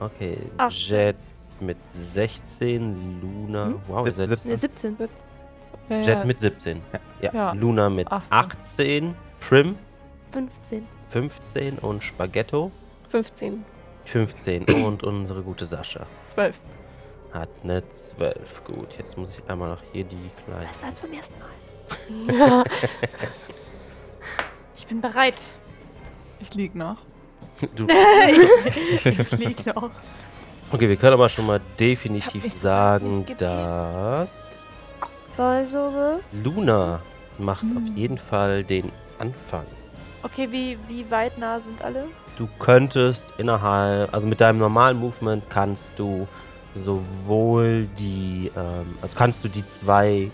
Okay. Ach. Jet mit 16, Luna. Hm? Wow, ihr Sieb- seid, Ne, 17. Ja, äh, ja. Jet mit 17. Ja. Ja. Luna mit 18. 18. Prim 15. 15 und Spaghetto 15. 15. und unsere gute Sascha Zwölf. hat eine 12. Gut, jetzt muss ich einmal noch hier die kleinen. Besser als beim ersten Mal. Ich bin bereit. Ich lieg noch. Du, Ich lieg noch. okay, wir können aber schon mal Hab definitiv mich sagen, gedreht. dass Vollsobe. Luna macht Hm. auf jeden Fall den Anfang. Okay, wie, wie weit nah sind alle? Du könntest innerhalb, also mit deinem normalen Movement kannst du sowohl die, ähm, also kannst du die zwei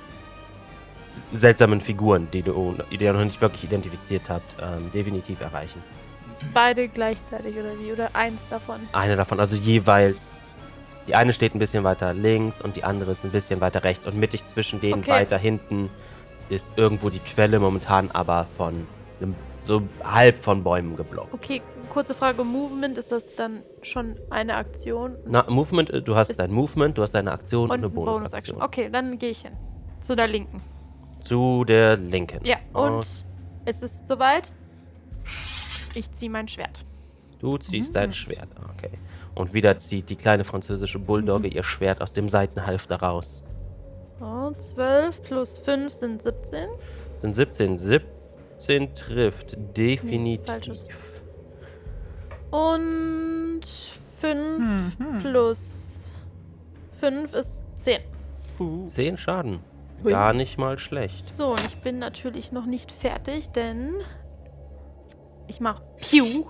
seltsamen Figuren, die du, die ihr noch nicht wirklich identifiziert habt, ähm, definitiv erreichen. Beide gleichzeitig oder wie? Oder eins davon? Eine davon, also jeweils, die eine steht ein bisschen weiter links und die andere ist ein bisschen weiter rechts und mittig zwischen denen Okay. weiter hinten ist irgendwo die Quelle momentan aber von einem, so halb von Bäumen geblockt. Okay, kurze Frage. Movement, ist das dann schon eine Aktion? Na, Movement, äh, du hast Ist- dein Movement, du hast deine Aktion und, Und eine eine Bonus-Action. Bonusaktion. okay, dann gehe ich hin. Zu der linken. Zu der linken. Ja, und Aus- es ist soweit. Ich ziehe mein Schwert. Du ziehst Mhm. dein Schwert. Ah, Okay. Und wieder zieht die kleine französische Bulldogge Mhm. ihr Schwert aus dem Seitenhalfter raus. So, 12 plus 5 sind 17. Sind 17. 17 trifft definitiv. falsches. Und 5 Hm, hm. plus 5 ist 10. Uh. 10 Schaden. Hui. Gar nicht mal schlecht. So, und ich bin natürlich noch nicht fertig, denn ich mache Piu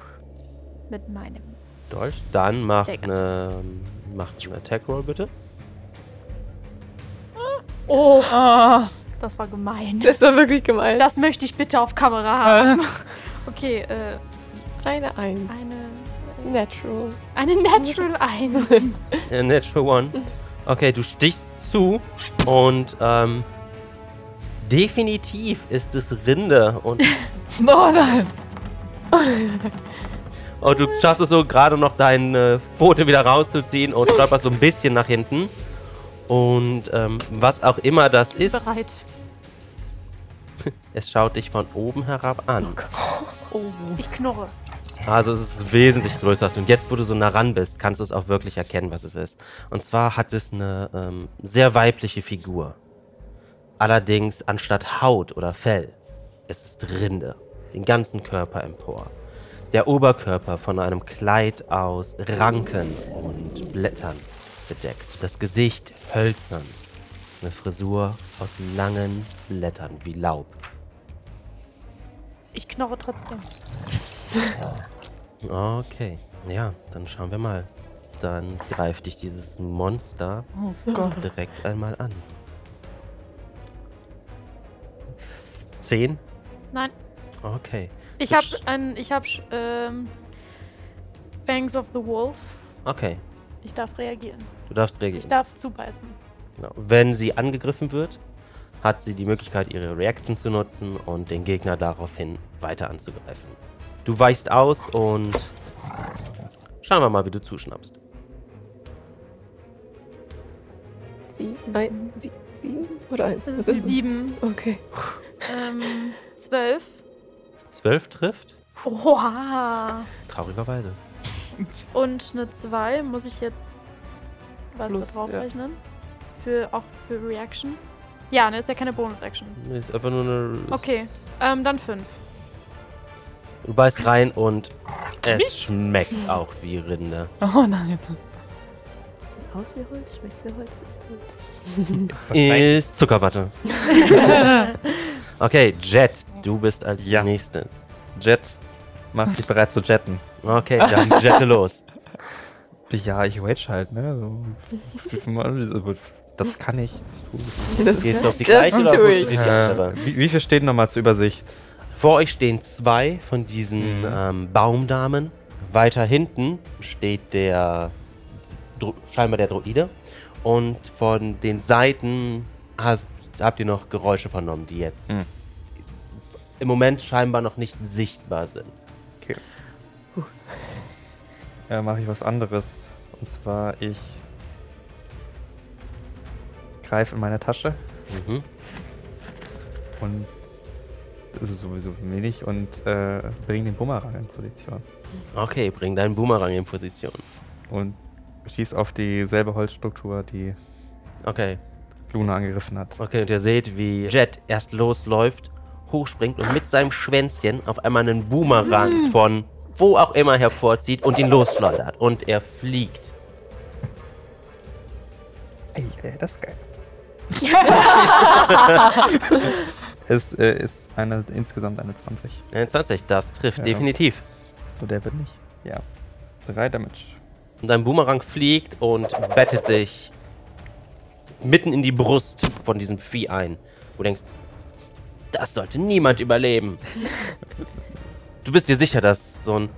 mit meinem. Deutsch. Dann mach Sehr gut. eine, mach einen Attack Roll bitte. Oh, Ah, das war gemein. Das war wirklich gemein. Das möchte ich bitte auf Kamera haben. Okay, äh, eine Eins. eine, Natural. eine Natural 1. Äh, Natural One. Okay, du stichst zu und ähm, definitiv ist es Rinde und oh nein. Und oh, du schaffst es so gerade noch, deine Pfote wieder rauszuziehen und stolperst so ein bisschen nach hinten. Und ähm, was auch immer das ist, Bereit. es schaut dich von oben herab an. Ich knorre. Also es ist wesentlich größer. Und jetzt, wo du so nah ran bist, kannst du es auch wirklich erkennen, was es ist. Und zwar hat es eine ähm, sehr weibliche Figur. Allerdings anstatt Haut oder Fell ist es ist Rinde, den ganzen Körper empor. Der Oberkörper von einem Kleid aus Ranken und Blättern bedeckt. Das Gesicht hölzern. Eine Frisur aus langen Blättern wie Laub. Ich knorre trotzdem. Okay, ja, dann schauen wir mal. Dann greift dich dieses Monster Oh Gott. direkt einmal an. Zehn? Nein, Okay. ich Du habe sch- ein, ich habe ähm, Fangs of the Wolf. Okay, Ich darf reagieren. du darfst Ich regeln. darf zubeißen. Genau. Wenn sie angegriffen wird, hat sie die Möglichkeit, ihre Reaction zu nutzen und den Gegner daraufhin weiter anzugreifen. Du weichst aus und schauen wir mal, wie du zuschnappst. Sie, nein, sie, sieben oder eins? Das Was ist die ist es? 7. Okay. Ähm, 12. Zwölf trifft? Oha. Traurigerweise. Und eine 2 muss ich jetzt was Plus, da drauf ja. rechnen. Für, auch für Reaction. Ja, ne, ist ja keine Bonus-Action. Ist einfach nur eine. Okay, ähm, dann 5. Du beißt rein und es schmeckt auch wie Rinde. Oh nein. Sieht aus wie Holz, schmeckt wie Holz, ist Holz. Ist Zuckerwatte. okay, Jet, du bist als Ja. nächstes. Jet. Mach dich bereit zu jetten. Okay, dann jette los. Ja, ich wage halt, ne? So. Das kann ich. Das Gehst du auf die Das gleiche oder auf tue ich. die Äh, andere? wie, wie viel stehen nochmal zur Übersicht? Vor euch stehen zwei von diesen Mhm. ähm, Baumdamen. Weiter hinten steht der Dro scheinbar der Droide. Und von den Seiten hast, habt ihr noch Geräusche vernommen, die jetzt Mhm. im Moment scheinbar noch nicht sichtbar sind. Äh, Mache ich was anderes. Und zwar, ich greife in meine Tasche Mhm. und also sowieso wenig und äh, bringe den Bumerang in Position. Okay, bring deinen Boomerang in Position. Und schieß auf dieselbe Holzstruktur, die Okay. Luna angegriffen hat. Okay, und ihr seht, wie Jet erst losläuft, hochspringt und mit seinem Schwänzchen auf einmal einen Boomerang von wo auch immer hervorzieht und ihn losschleudert. Und er fliegt. Ey, ey, das ist geil. es äh, ist eine, insgesamt eine 20. 21, das trifft Ja. definitiv. So, der wird nicht. Ja. 3 Damage. Und dein Boomerang fliegt und bettet sich mitten in die Brust von diesem Vieh ein. Wo du denkst, das sollte niemand überleben. du bist dir sicher, dass so ein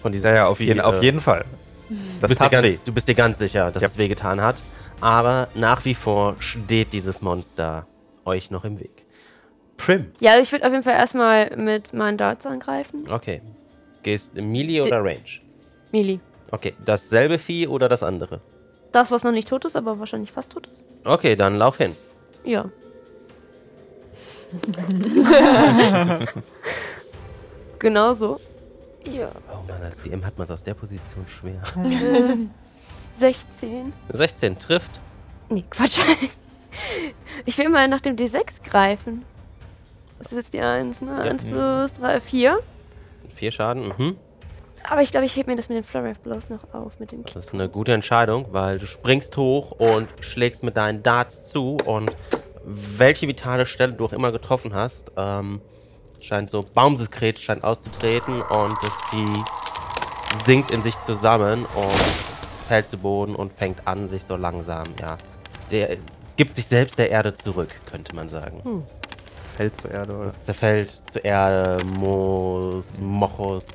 von diesem Ja, ja, auf, Vieh, jeden, auf äh, jeden Fall. Du Das bist, dir tat weh. ganz, du bist dir ganz sicher, dass Ja. es wehgetan hat. Aber nach wie vor steht dieses Monster euch noch im Weg. Prim. Ja, also ich würde auf jeden Fall erstmal mit meinen Darts angreifen. Okay. Gehst Melee Die- oder Range? Mili. Okay. Dasselbe Vieh oder das andere? Das, was noch nicht tot ist, aber wahrscheinlich fast tot ist. Okay, dann lauf hin. Ja. genau so. Ja. Oh Mann, als DM hat man es aus der Position schwer. 16. 16 trifft. Nee, Quatsch. Ich will mal nach dem D6 greifen. Das ist jetzt die 1, ne? Ja. 1 plus 3, 4. 4 Schaden. Mhm. Aber ich glaube, ich hebe mir das mit den Flurry of Blows noch auf, mit dem Das Kick. ist eine gute Entscheidung, weil du springst hoch und schlägst mit deinen Darts zu und welche vitale Stelle du auch immer getroffen hast, ähm, scheint so Baumsekret scheint auszutreten und das Vieh sinkt in sich zusammen und fällt zu Boden und fängt an, sich so langsam, ja, der, es gibt sich selbst der Erde zurück, könnte man sagen. Hm. Fällt zur Erde, oder? Es zerfällt zur Erde, Moos, Mochos,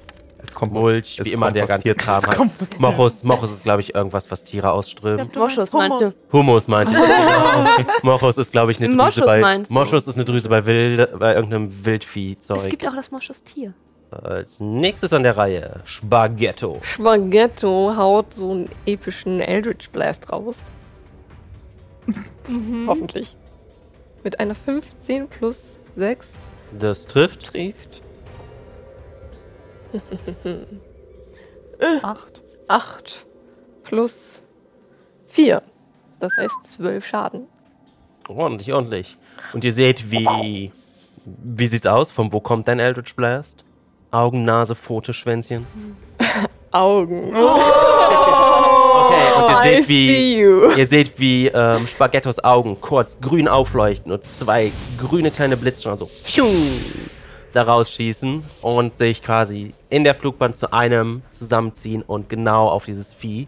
Es kommt Mulch, wie immer der ganze Kram heißt. Mochus, Mochus ist, glaube ich, irgendwas, was Tiere ausströmen. Du meinst Moschus, meinst du? Humus meinte ich. Genau. Mochus ist, glaube ich, eine Drüse Moschus bei. meinst du? Moschus ist eine Drüse bei, Wild, bei irgendeinem Es Wildviehzeug. gibt auch das Moschus-Tier. Als nächstes an der Reihe Spaghetto. Schmaghetto haut so einen epischen Eldritch Blast raus. Hoffentlich. Mit einer 15 plus 6 Das trifft. trifft Acht. 8 Äh, plus 4. Das heißt 12 Schaden. Ordentlich, ordentlich. Und ihr seht, wie. Wie sieht's aus? Von wo kommt dein Eldritch Blast? Augen, Nase, Pfote, Schwänzchen. Augen. Oh, Okay, und ihr I seht, see Oh, wie, you. ihr seht, wie ähm, Spaghettos Augen kurz grün aufleuchten und zwei grüne kleine Blitzstrahlen so pfiuh, da rausschießen und sich quasi in der Flugbahn zu einem zusammenziehen und genau auf dieses Vieh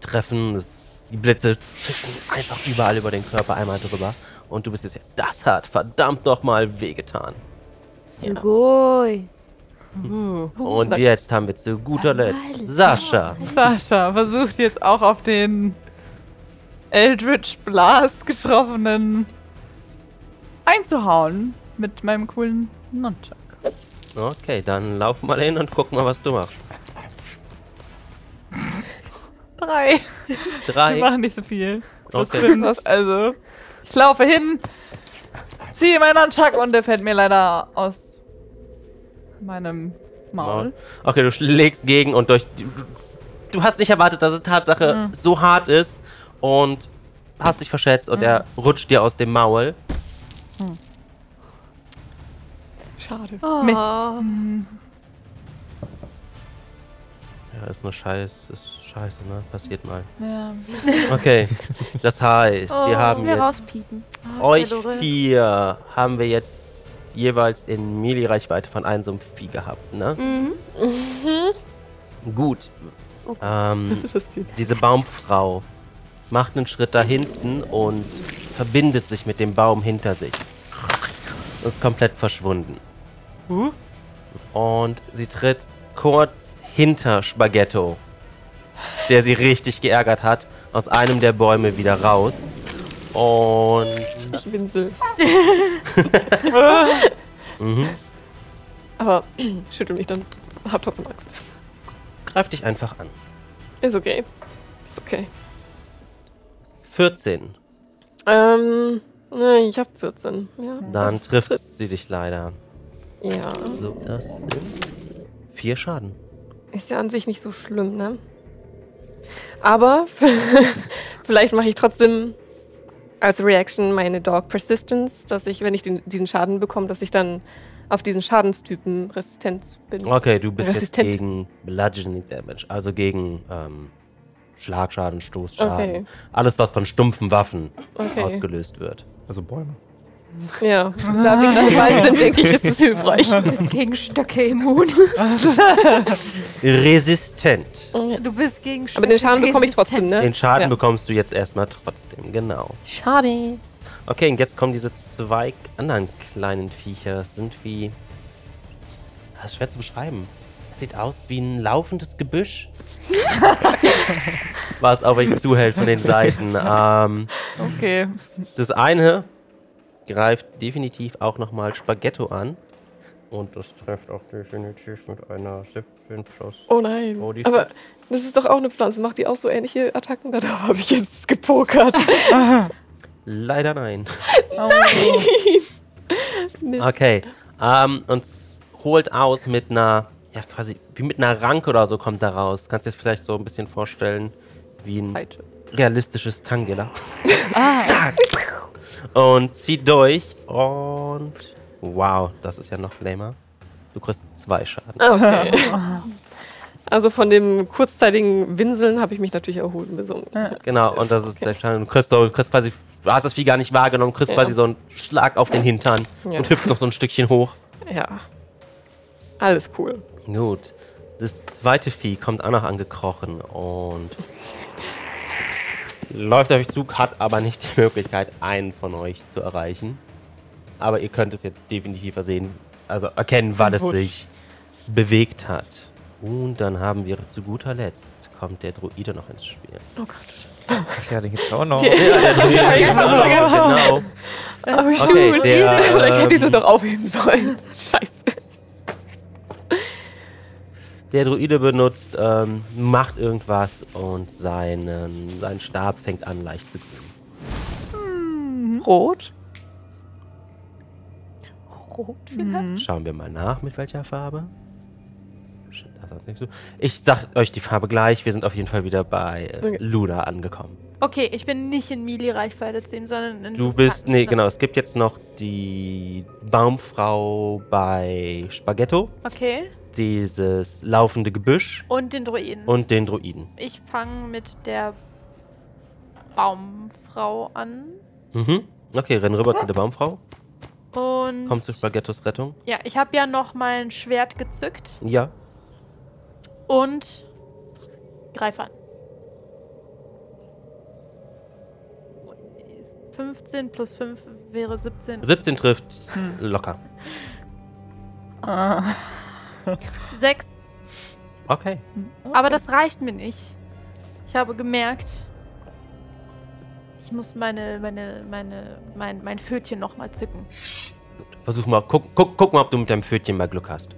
treffen. Das, die Blitze zischen einfach überall über den Körper einmal drüber. Und du bist jetzt, ja, das hat verdammt nochmal wehgetan. Ja. Goi. Uh. Und jetzt haben wir zu guter Letzt Sascha. Sascha versucht jetzt auch auf den Eldritch Blast getroffenen einzuhauen mit meinem coolen Nunchuck. Okay, dann lauf mal hin und guck mal, was du machst. Drei. Wir Drei. machen nicht so viel. Plus Okay. fünf, also ich laufe hin, ziehe meinen Nunchuck und der fällt mir leider aus meinem Maul. Okay, du schlägst gegen und durch. Du, du hast nicht erwartet, dass es Tatsache Mhm. so hart ist und Mhm. hast dich verschätzt und er rutscht dir aus dem Maul. Schade. Mist. Oh. Hm, Ja, ist nur Scheiß, ist scheiße, ne? Passiert mal. Ja. Okay, das heißt, wir Oh, haben wir jetzt rauspiepen. euch Fedore. vier haben wir jetzt jeweils in Mili-Reichweite von einem so einem Vieh gehabt, ne? Mhm. Gut. Oh. Ähm, Das ist das Ziel. diese Baumfrau macht einen Schritt da hinten und verbindet sich mit dem Baum hinter sich. Ist komplett verschwunden. Und sie tritt kurz hinter Spaghetto, der sie richtig geärgert hat, aus einem der Bäume wieder raus. Und Ich winsel. mhm, Aber schüttel mich dann. Hab trotzdem Angst. greift dich einfach an. Ist okay. Ist okay. 14. Ähm, nee, ich hab 14. Ja. Dann das trifft trifft's. sie dich leider. Ja. So, das sind vier Schaden. Ist ja an sich nicht so schlimm, ne? Aber vielleicht mache ich trotzdem als Reaction meine Dog Persistence, dass ich, wenn ich den, diesen Schaden bekomme, dass ich dann auf diesen Schadenstypen resistent bin. Okay, du bist jetzt Resistent. gegen Bludgeoning Damage, also gegen ähm, Schlagschaden, Stoßschaden. Okay. Alles, was von stumpfen Waffen Okay. ausgelöst wird. Also Bäume. Ja, da wir dann im Wald sind, denke ich, ist es hilfreich. Du bist gegen Stöcke immun. Resistent. Du bist gegen Stöcke. Aber den Schaden bekomme ich trotzdem, ne? Den Schaden Ja. bekommst du jetzt erstmal trotzdem, genau. Schade. Okay, und jetzt kommen diese zwei anderen kleinen Viecher. Das sind wie. Das ist schwer zu beschreiben. Das sieht aus wie ein laufendes Gebüsch. Was auf euch zuhält von den Seiten. Ähm, Okay. Das eine greift definitiv auch nochmal Spaghetto an. Und das trifft auch definitiv mit einer 17 plus. Oh nein. Oh, die Aber das ist doch auch eine Pflanze. Macht die auch so ähnliche Attacken? Darauf habe ich jetzt gepokert. Leider nein. Oh, Mist. Okay. Ähm, und s- holt aus mit einer, ja quasi wie mit einer Ranke oder so kommt da raus. Kannst dir das vielleicht so ein bisschen vorstellen, wie ein Peitsche. realistisches Tangela. Ah, Und zieht durch und. Wow, das ist ja noch lamer. Du kriegst zwei Schaden. Okay. Also von dem kurzzeitigen Winseln habe ich mich natürlich erholt und besungen. Genau, und das ist der Schaden. Du kriegst, so- du kriegst quasi, du hast das Vieh gar nicht wahrgenommen, kriegst Ja. quasi so einen Schlag auf den Hintern Ja. und hüpft noch so ein Stückchen hoch. Ja. Alles cool. Gut. Das zweite Vieh kommt auch noch angekrochen und läuft auf euch zu, hat aber nicht die Möglichkeit, einen von euch zu erreichen. Aber ihr könnt es jetzt definitiv versehen, also erkennen, wann es sich bewegt hat. Und dann haben wir zu guter Letzt kommt der Druide noch ins Spiel. Oh Gott. Ach ja, den gibt's auch noch. Ja, der Druide genau. Aber ich Okay, okay, der, Vielleicht hätte ich das ähm, doch aufheben sollen. Scheiße. Der Druide benutzt, ähm, macht irgendwas und seinen, sein Stab fängt an leicht zu glühen. Rot. Rot vielleicht? Mhm. Schauen wir mal nach, mit welcher Farbe. Shit, das hat's nicht so. Ich sag euch die Farbe gleich. Wir sind auf jeden Fall wieder bei äh, Okay. Luna angekommen. Okay, ich bin nicht in Mili-Reichweite zu ihm, sondern in Du Distanz, bist, nee, ne? genau. Es gibt jetzt noch die Baumfrau bei Spaghetto, Okay. dieses laufende Gebüsch Und den Druiden. und den Druiden. Ich fange mit der Baumfrau an. Mhm. Okay, renn rüber zu der Baumfrau. Und Komm zu Spaghettos Rettung. ja, ich habe ja noch mein Schwert gezückt Ja. und greife an. 15 plus 5 wäre 17. 17 trifft locker. ah. 6. Okay. Oh. Aber das reicht mir nicht. Ich habe gemerkt, ich muss meine, meine, meine, mein, mein Pfötchen nochmal zücken. Versuch mal, guck, guck, guck mal, ob du mit deinem Pfötchen mal Glück hast.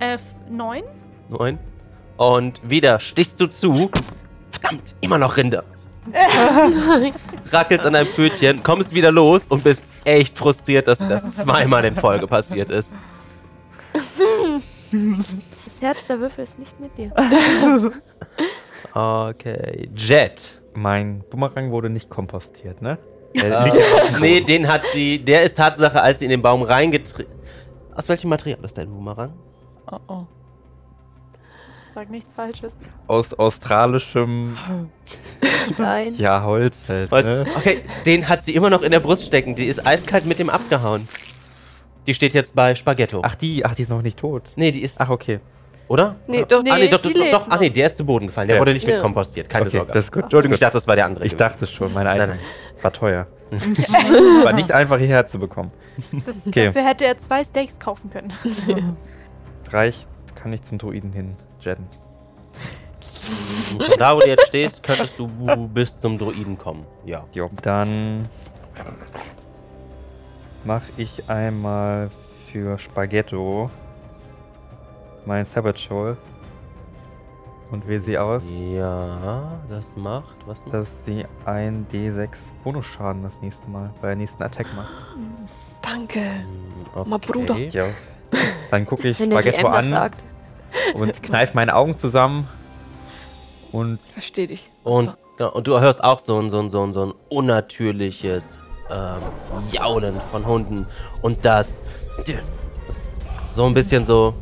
Äh, 9? Neun. Und wieder stichst du zu. Verdammt, immer noch Rinde. Rackelst an deinem Pfötchen, kommst wieder los und bist echt frustriert, dass dir das zweimal in Folge passiert ist. Das Herz der Würfel ist nicht mit dir. Okay, Jet. Mein Bumerang wurde nicht kompostiert, ne? Äh, Ah, liegt- nee, den hat sie. Der ist Tatsache, als sie in den Baum reingetreten. Aus welchem Material ist dein Boomerang? Oh, oh. Sag nichts Falsches. Aus australischem Nein. ja, Holz halt. Holz. Ne? Okay, den hat sie immer noch in der Brust stecken. Die ist eiskalt mit dem abgehauen. Die steht jetzt bei Spaghetto. Ach, die, ach, die ist noch nicht tot. nee, die ist. Ach, okay. Oder? Nee, doch, ah, nee, doch, die doch, doch, lebt doch. Ach, nee, der ist zu Boden gefallen. Der Ja. wurde nicht mit Ja. kompostiert. Keine okay, Sorge. das ist gut. Entschuldigung, ich das ist dachte, das war der andere. gut. ich gewesen. dachte schon, meine Nein, eigene nein. war teuer. war nicht einfach hierher zu bekommen. Das, Okay. Dafür hätte er zwei Steaks kaufen können. Reicht, kann ich zum Druiden hin jetten. Von da, wo du jetzt stehst, könntest du bis zum Druiden kommen. Ja. Jo, dann mache ich einmal für Spaghetto mein Sabbat Show und wähle sie aus, Ja, das macht. Was macht? dass sie ein D6 Bonusschaden das nächste Mal bei der nästen Attack macht. Danke. Hm, Mal Bruder. Jo. Dann gucke ich Wenn der DM Spaghetto das an sagt. und kneife meine Augen zusammen und Versteh dich. Und, genau, und du hörst auch so ein, so ein, so ein, so ein unnatürliches ähm, Jaulen von Hunden. Und das. So ein bisschen so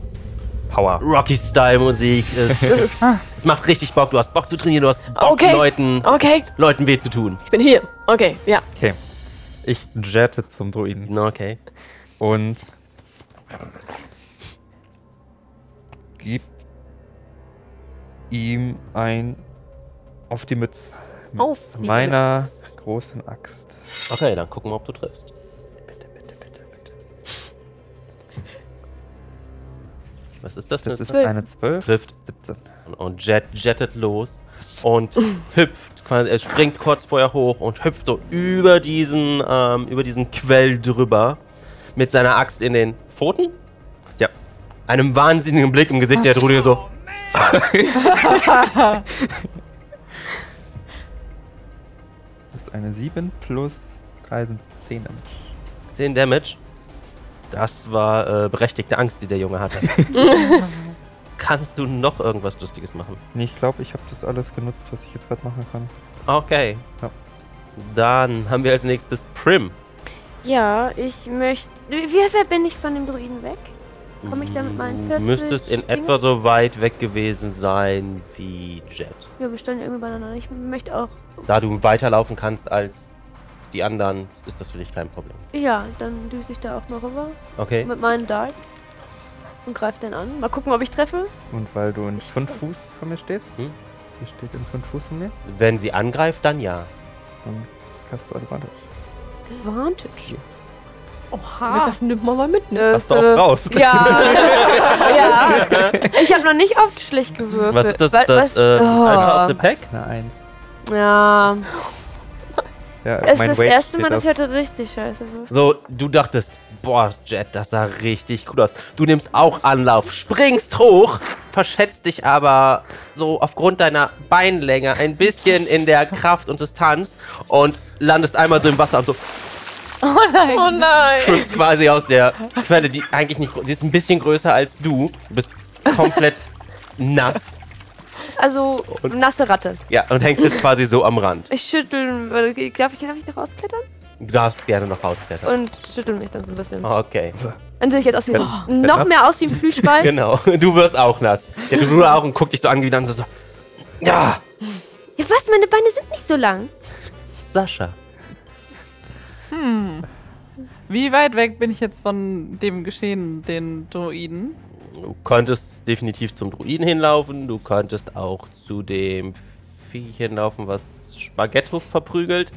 Power. Rocky-Style-Musik. Es, es, es macht richtig Bock. Du hast Bock zu trainieren, du hast Bock Okay. Leuten, Okay, Leuten weh zu tun. ich bin hier. Okay, ja. Okay. Ich jette zum Druiden. Na, okay. Und gib ihm ein auf die Mütze mit Auf die meiner großen Axt. Okay, dann gucken wir, ob du triffst. Bitte, bitte, bitte, bitte. Was ist das? Das ist Zwölf. eine 12, trifft 17. und, und jet, jettet los und hüpft quasi, er springt kurz vorher hoch und hüpft so über diesen, ähm, über diesen Quell drüber mit seiner Axt in den Pfoten. Ja. Einem wahnsinnigen Blick im Gesicht der Drude so. Das ist eine 7 plus 3 sind 10 Damage. 10 Damage. Das war äh, berechtigte Angst, die der Junge hatte. Kannst du noch irgendwas Lustiges machen? Nee, ich glaube, ich habe das alles genutzt, was ich jetzt gerade machen kann. Okay. Ja. Dann haben wir als nächstes Prim. Ja, ich möchte. Wie weit bin ich von dem Druiden weg? Komm ich da mit meinen 40 Du müsstest in Dingen? etwa so weit weg gewesen sein wie Jet. Wir bestellen irgendwie beieinander. Ich möchte auch. Da du weiterlaufen kannst als die anderen, ist das für dich kein Problem. Ja, dann düse ich da auch mal rüber. Okay. Mit meinen Darts. Und greife den an. Mal gucken, ob ich treffe. Und weil du in Ich- 5 Fuß von mir stehst, Hm? die steht in 5 Fuß von mir, Wenn sie angreift, dann ja. dann kannst du Advantage. Advantage. Damit Oha. das nimmt man mal mit, ne? Hast du Äh, auch raus. Ja. ja. Ich habe noch nicht oft schlecht gewürfelt. Was ist das? Wa- das was- äh, Alpha of the oh. Pack? Eine 1. Ja. Ja, Es ist mein das Weight erste steht Mal, dass ich das- heute richtig scheiße würfel. So, du dachtest, boah, Jet, das sah richtig cool aus. Du nimmst auch Anlauf, springst hoch, verschätzt dich aber so aufgrund deiner Beinlänge ein bisschen in der Kraft und Distanz und landest einmal so im Wasser und so Oh nein. schwimmst quasi aus der Quelle, die eigentlich nicht, gro- sie ist ein bisschen größer als du. Du bist komplett nass. Also, nasse Ratte. Ja, und hängst jetzt quasi so am Rand. Ich schüttel. Darf ich, darf ich noch rausklettern? Du darfst gerne noch rausklettern. Und schüttel mich dann so ein bisschen. Okay, Dann sehe ich jetzt aus wie, Wenn- wenn noch das- mehr aus wie ein Plüschball. genau. Du wirst auch nass. Ja, du auch und guck dich so an, wie dann so, so ja, Ja, was? Meine Beine sind nicht so lang. Sascha. Wie weit weg bin ich jetzt von dem Geschehen, den Droiden? Du könntest definitiv zum Druiden hinlaufen, du könntest auch zu dem Viech hinlaufen, was Spaghetto verprügelt.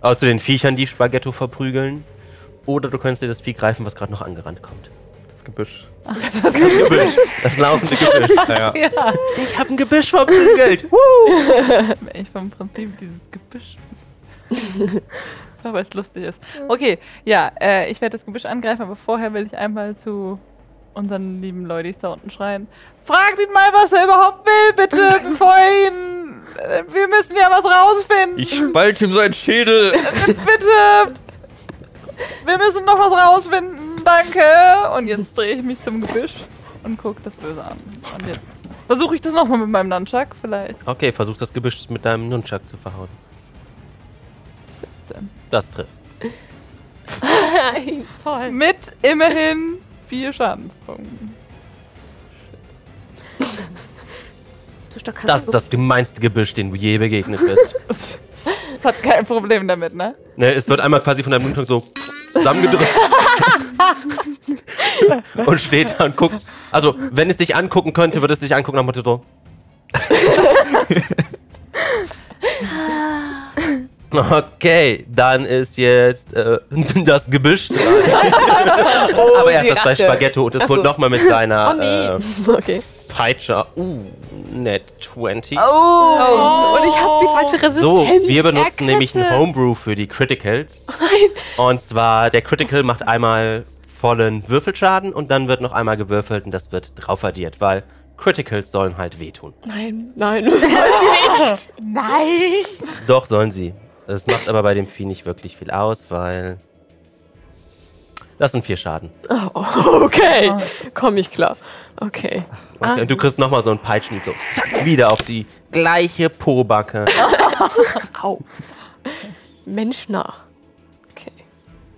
Auch zu den Viechern, die Spaghetto verprügeln. Oder du könntest dir das Vieh greifen, was gerade noch angerannt kommt. Das Gebüsch. Das laufende Gebüsch. Naja. Ja. Ich hab ein Gebüsch verprügelt. Woo! Ist mir echt vom Prinzip dieses Gebüsch. aber es lustig ist. Okay, ja, äh, ich werde das Gebüsch angreifen, aber vorher will ich einmal zu unseren lieben Leudis da unten schreien. Fragt ihn mal, was er überhaupt will, bitte, bevor er ihn. äh, Wir müssen ja was rausfinden. Ich spalte ihm seinen Schädel. Bitte! Wir müssen noch was rausfinden, danke! Und jetzt drehe ich mich zum Gebüsch und gucke das Böse an. Und jetzt versuche ich das nochmal mit meinem Nunchuck, vielleicht. Okay, versuch das Gebüsch mit deinem Nunchuck zu verhauen. 17. Das trifft. Nein. Toll. Mit immerhin vier Schadenspunkten. Du Staccato- Das ist das gemeinste Gebüsch, dem du je begegnet bist. Das hat kein Problem damit, ne? ne, es wird einmal quasi von der Mundung so zusammengedrückt. und steht da und guckt. Also, wenn es dich angucken könnte, würde es dich angucken nach dem Motto so. Okay, dann ist jetzt äh, das Gebüsch dran. Aber er Oh, die hat das bei Ratte. Spaghetto und es Ach so. holt nochmal mit seiner Oh, nee. äh, Okay. Peitsche. Uh, net 20. Oh. Und ich habe die falsche Resistenz. Oh So, wir benutzen nämlich einen Erkrittet. Homebrew für die Criticals. Und zwar, der Critical macht einmal vollen Würfelschaden und dann wird noch einmal gewürfelt und das wird drauf addiert, weil Criticals sollen halt wehtun. Nein, nein. Nein. Doch, sollen sie. Das macht aber bei dem Vieh nicht wirklich viel aus, weil. Das sind vier Schaden. Oh, okay. Komm ich klar. Okay. Und, und du kriegst nochmal so einen Peitschen, so zack, wieder auf die gleiche Pobacke. Oh. Au. Mensch nach. Okay.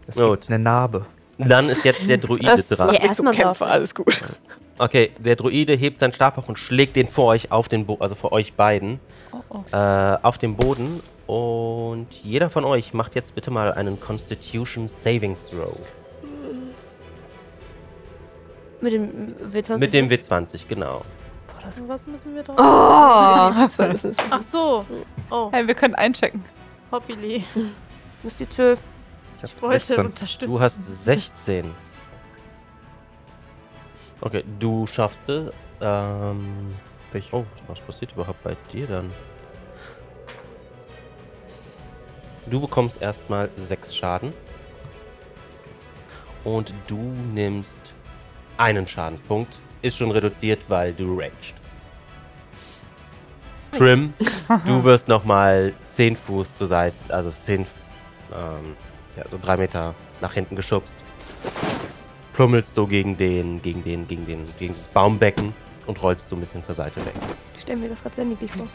Es Gut. gibt eine Narbe. Dann ist jetzt der Druide Das dran. Ja, macht mich zum erstmal laufen. Kämpfer, alles gut. Okay, der Druide hebt seinen Stab hoch und schlägt den vor euch auf den Boden, also vor euch beiden, äh, auf den Boden. Und jeder von euch macht jetzt bitte mal einen Constitution Savings Throw. Mit dem W20? Mit dem W20, genau. Was müssen wir drauf? Oh! Ah. Die zwei müssen es Ach machen. so. Oh, Hey, wir können einchecken. Hoppili. Muss die 12. Ich, hab Wollte 16. unterstützen. Du hast 16. Okay, du schaffst es. Ähm, welch- oh, was passiert überhaupt bei dir dann? Du bekommst erstmal 6 Schaden. Und du nimmst einen Schadenpunkt. Ist schon reduziert, weil du raged. Trim, du wirst nochmal 10 Fuß zur Seite, also 10, ähm, ja, so drei Meter nach hinten geschubst. Plummelst du gegen den, gegen den, gegen den, gegen das Baumbecken und rollst so ein bisschen zur Seite weg. Ah, Ich stelle mir das gerade sehr niedlich vor.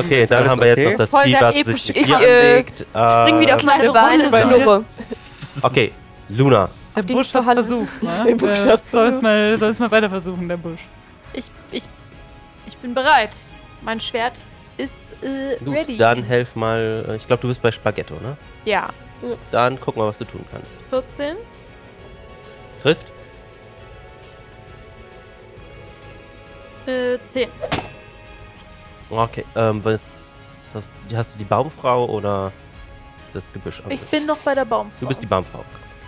Okay, dann alles haben wir jetzt okay? noch das Voll Vieh, der was epische sich mit dir Ich, äh, anlegt. Äh, Spring wieder auf meine Beine, Rolle. Knuppe. Okay, Luna, Der den Busch hat's Verhalten. versucht, ne? Der Busch Der hat's soll es versucht. mal, soll's mal weiter versuchen, der Busch. Ich, ich, ich bin bereit. Mein Schwert ist äh, gut, ready. dann helf mal. äh, Ich glaube, du bist bei Spaghetto, ne? Ja. Dann guck mal, was du tun kannst. 14. Trifft? Äh, 10. Okay, ähm, was, was, hast du die Baumfrau oder das Gebüsch? am Ich Tisch? bin noch bei der Baumfrau. Du bist die Baumfrau.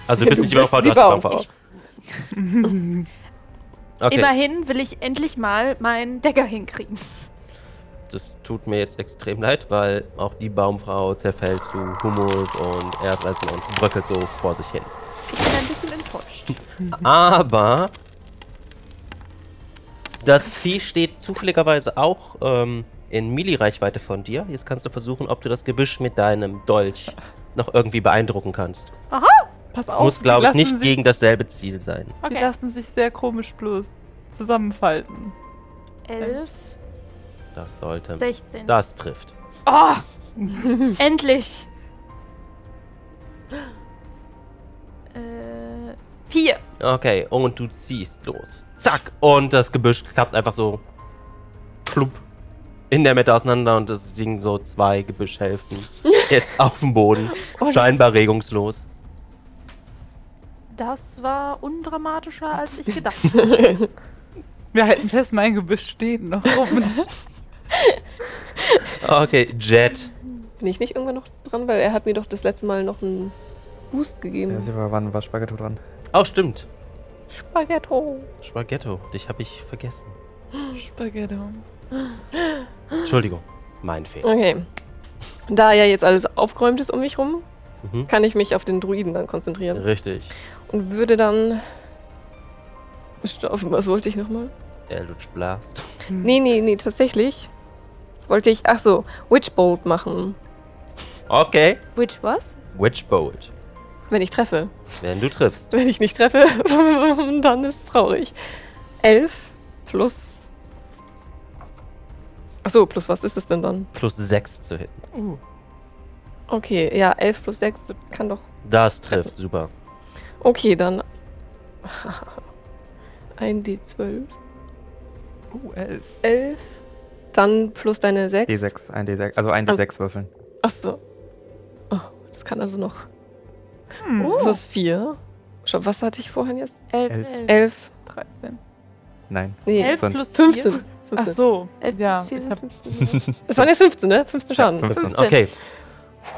Also du bist Du nicht die bist Baumfrau, du die hast die Baumfrau. Okay. Immerhin will ich endlich mal meinen Decker hinkriegen. Das tut mir jetzt extrem leid, weil auch die Baumfrau zerfällt zu Humus und Erdreisen und bröckelt so vor sich hin. Ich bin ein bisschen enttäuscht. Aber das Vieh steht zufälligerweise auch ähm, in Mili-Reichweite von dir. Jetzt kannst du versuchen, ob du das Gebüsch mit deinem Dolch noch irgendwie beeindrucken kannst. Pass auf, Muss, die glaube ich, lassen nicht sich, gegen dasselbe Ziel sein. Die lassen sich sehr komisch bloß zusammenfalten. 11, Das sollte. 16. Das trifft. Oh! endlich! Äh, 4. Okay, und du ziehst los. Zack! Und das Gebüsch klappt einfach so plupp in der Mitte auseinander und es liegen so zwei Gebüschhälften jetzt auf dem Boden. Scheinbar regungslos. Das war undramatischer, als ich gedacht Wir halten fest, mein Gebüsch steht noch rum. Okay, Jet. Bin ich nicht irgendwann noch dran, weil er hat mir doch das letzte Mal noch einen Boost Ja, gegeben. sieh mal, wann war Spaghetto dran? Auch Oh, stimmt. Spaghetto. Spaghetto, dich habe ich vergessen. Spaghetto. Entschuldigung, mein Fehler. Okay. Da ja jetzt alles aufgeräumt ist um mich rum, Mhm. kann ich mich auf den Druiden dann konzentrieren. Richtig. Und würde dann. Stopp, was wollte ich nochmal? Eldritch Blast. Nee, nee, nee, tatsächlich. Wollte ich, ach so, Witchbolt machen, Okay. Which was? Witchbolt. wenn ich treffe. Wenn du triffst. Wenn ich nicht treffe, dann ist es traurig. Elf plus. Ach so, plus was ist es denn dann? Plus 6 zu hitten. Uh, Okay, ja, 11 plus 6 sieb- kann doch. Das trifft, super. Okay, dann. Ein D12. Oh, elf. 11. Dann plus deine 6. D6, ein D6, also ein Also- D6 würfeln. Achso. Oh, das kann also noch. Hm. Oh. Plus 4. Schau, was hatte ich vorhin jetzt? Elf, Elf. elf. 11. 13. Nein. Nee, Elf Fünf. plus 15. 4. 15. Ach so. Elf ja, plus vier ich sind hab- 15, ja. Es waren jetzt 15, ne? 15 Schaden. 15. Okay.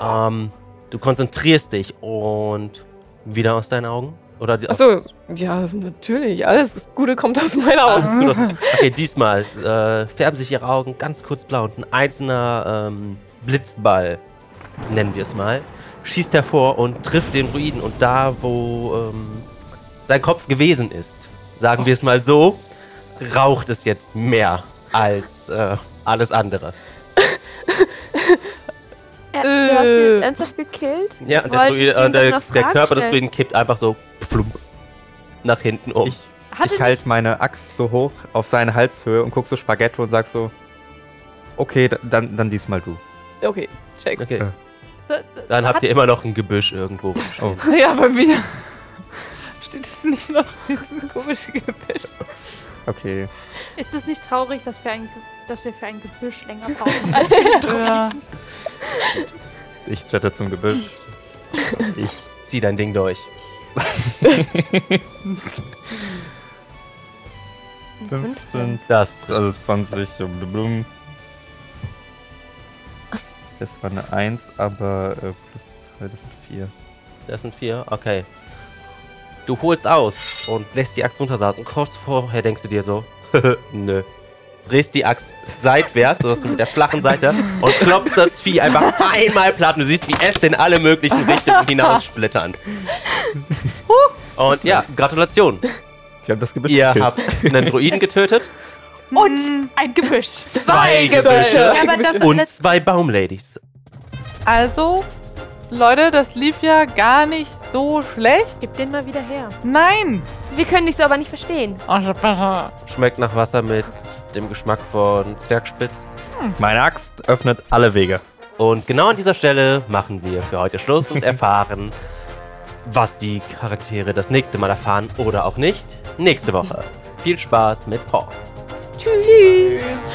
Ähm, du konzentrierst dich und wieder aus deinen Augen? Oder die- Achso, ja, natürlich. Alles Gute kommt aus meiner Alles Ah. Augen. Ah, gut. aus- Okay, diesmal äh, färben sich ihre Augen ganz kurz blau und ein einzelner ähm, Blitzball, nennen wir es mal, schießt hervor und trifft den Druiden. Und da, wo ähm, sein Kopf gewesen ist, sagen wir es mal so, raucht es jetzt mehr als äh, alles andere. Äh, Du hast ihn jetzt ernsthaft gekillt? Ja, Wir und der, wollten Druide, und ihm doch der, noch der Fragen Körper des stellen. Druiden kippt einfach so plump nach hinten um. Ich, Hatte ich halte meine Axt so hoch auf seine Halshöhe und guck so Spaghetto und sag so, okay, da- dann, dann diesmal du. Okay, check. okay. Ja. nicht- so- so- Dann habt hat- ihr immer noch ein Gebüsch irgendwo. Oh, Ja, bei mir steht es nicht noch dieses komische Gebüsch. okay. Ist es nicht traurig, dass wir, ein, Ge- dass wir für ein Gebüsch länger brauchen als für den Druiden? Ja. Ich kletter zum Gebüsch. Ich zieh dein Ding durch. 15, Das also 20. blum, blum. Das war eine 1, aber äh, plus 3, das sind 4. Das sind vier, okay. Du holst aus und lässt die Axt runtersausen. Und kurz vorher denkst du dir so, nö. Drehst die Axt seitwärts, sodass du mit der flachen Seite und klopfst das Vieh einfach einmal platt. Und du siehst, wie es in alle möglichen Richtungen hinaussplittern. Und ja, Gratulation. Wir haben das Gebüsch Ihr gekillt. habt einen Druiden getötet Und ein Gebüsch. Zwei Gebüsche. Aber das, und das, zwei Baumladies. Also, Leute, das lief ja gar nicht so schlecht. gib den mal wieder her. Nein! Wir können dich so aber nicht verstehen. Schmeckt nach Wasser mit dem Geschmack von Zwergspitz. Meine Axt öffnet alle Wege. Und genau an dieser Stelle machen wir für heute Schluss und erfahren, was die Charaktere das nächste Mal erfahren oder auch nicht. Nächste Woche. Viel Spaß mit Pause. Tschüss. Tschüss.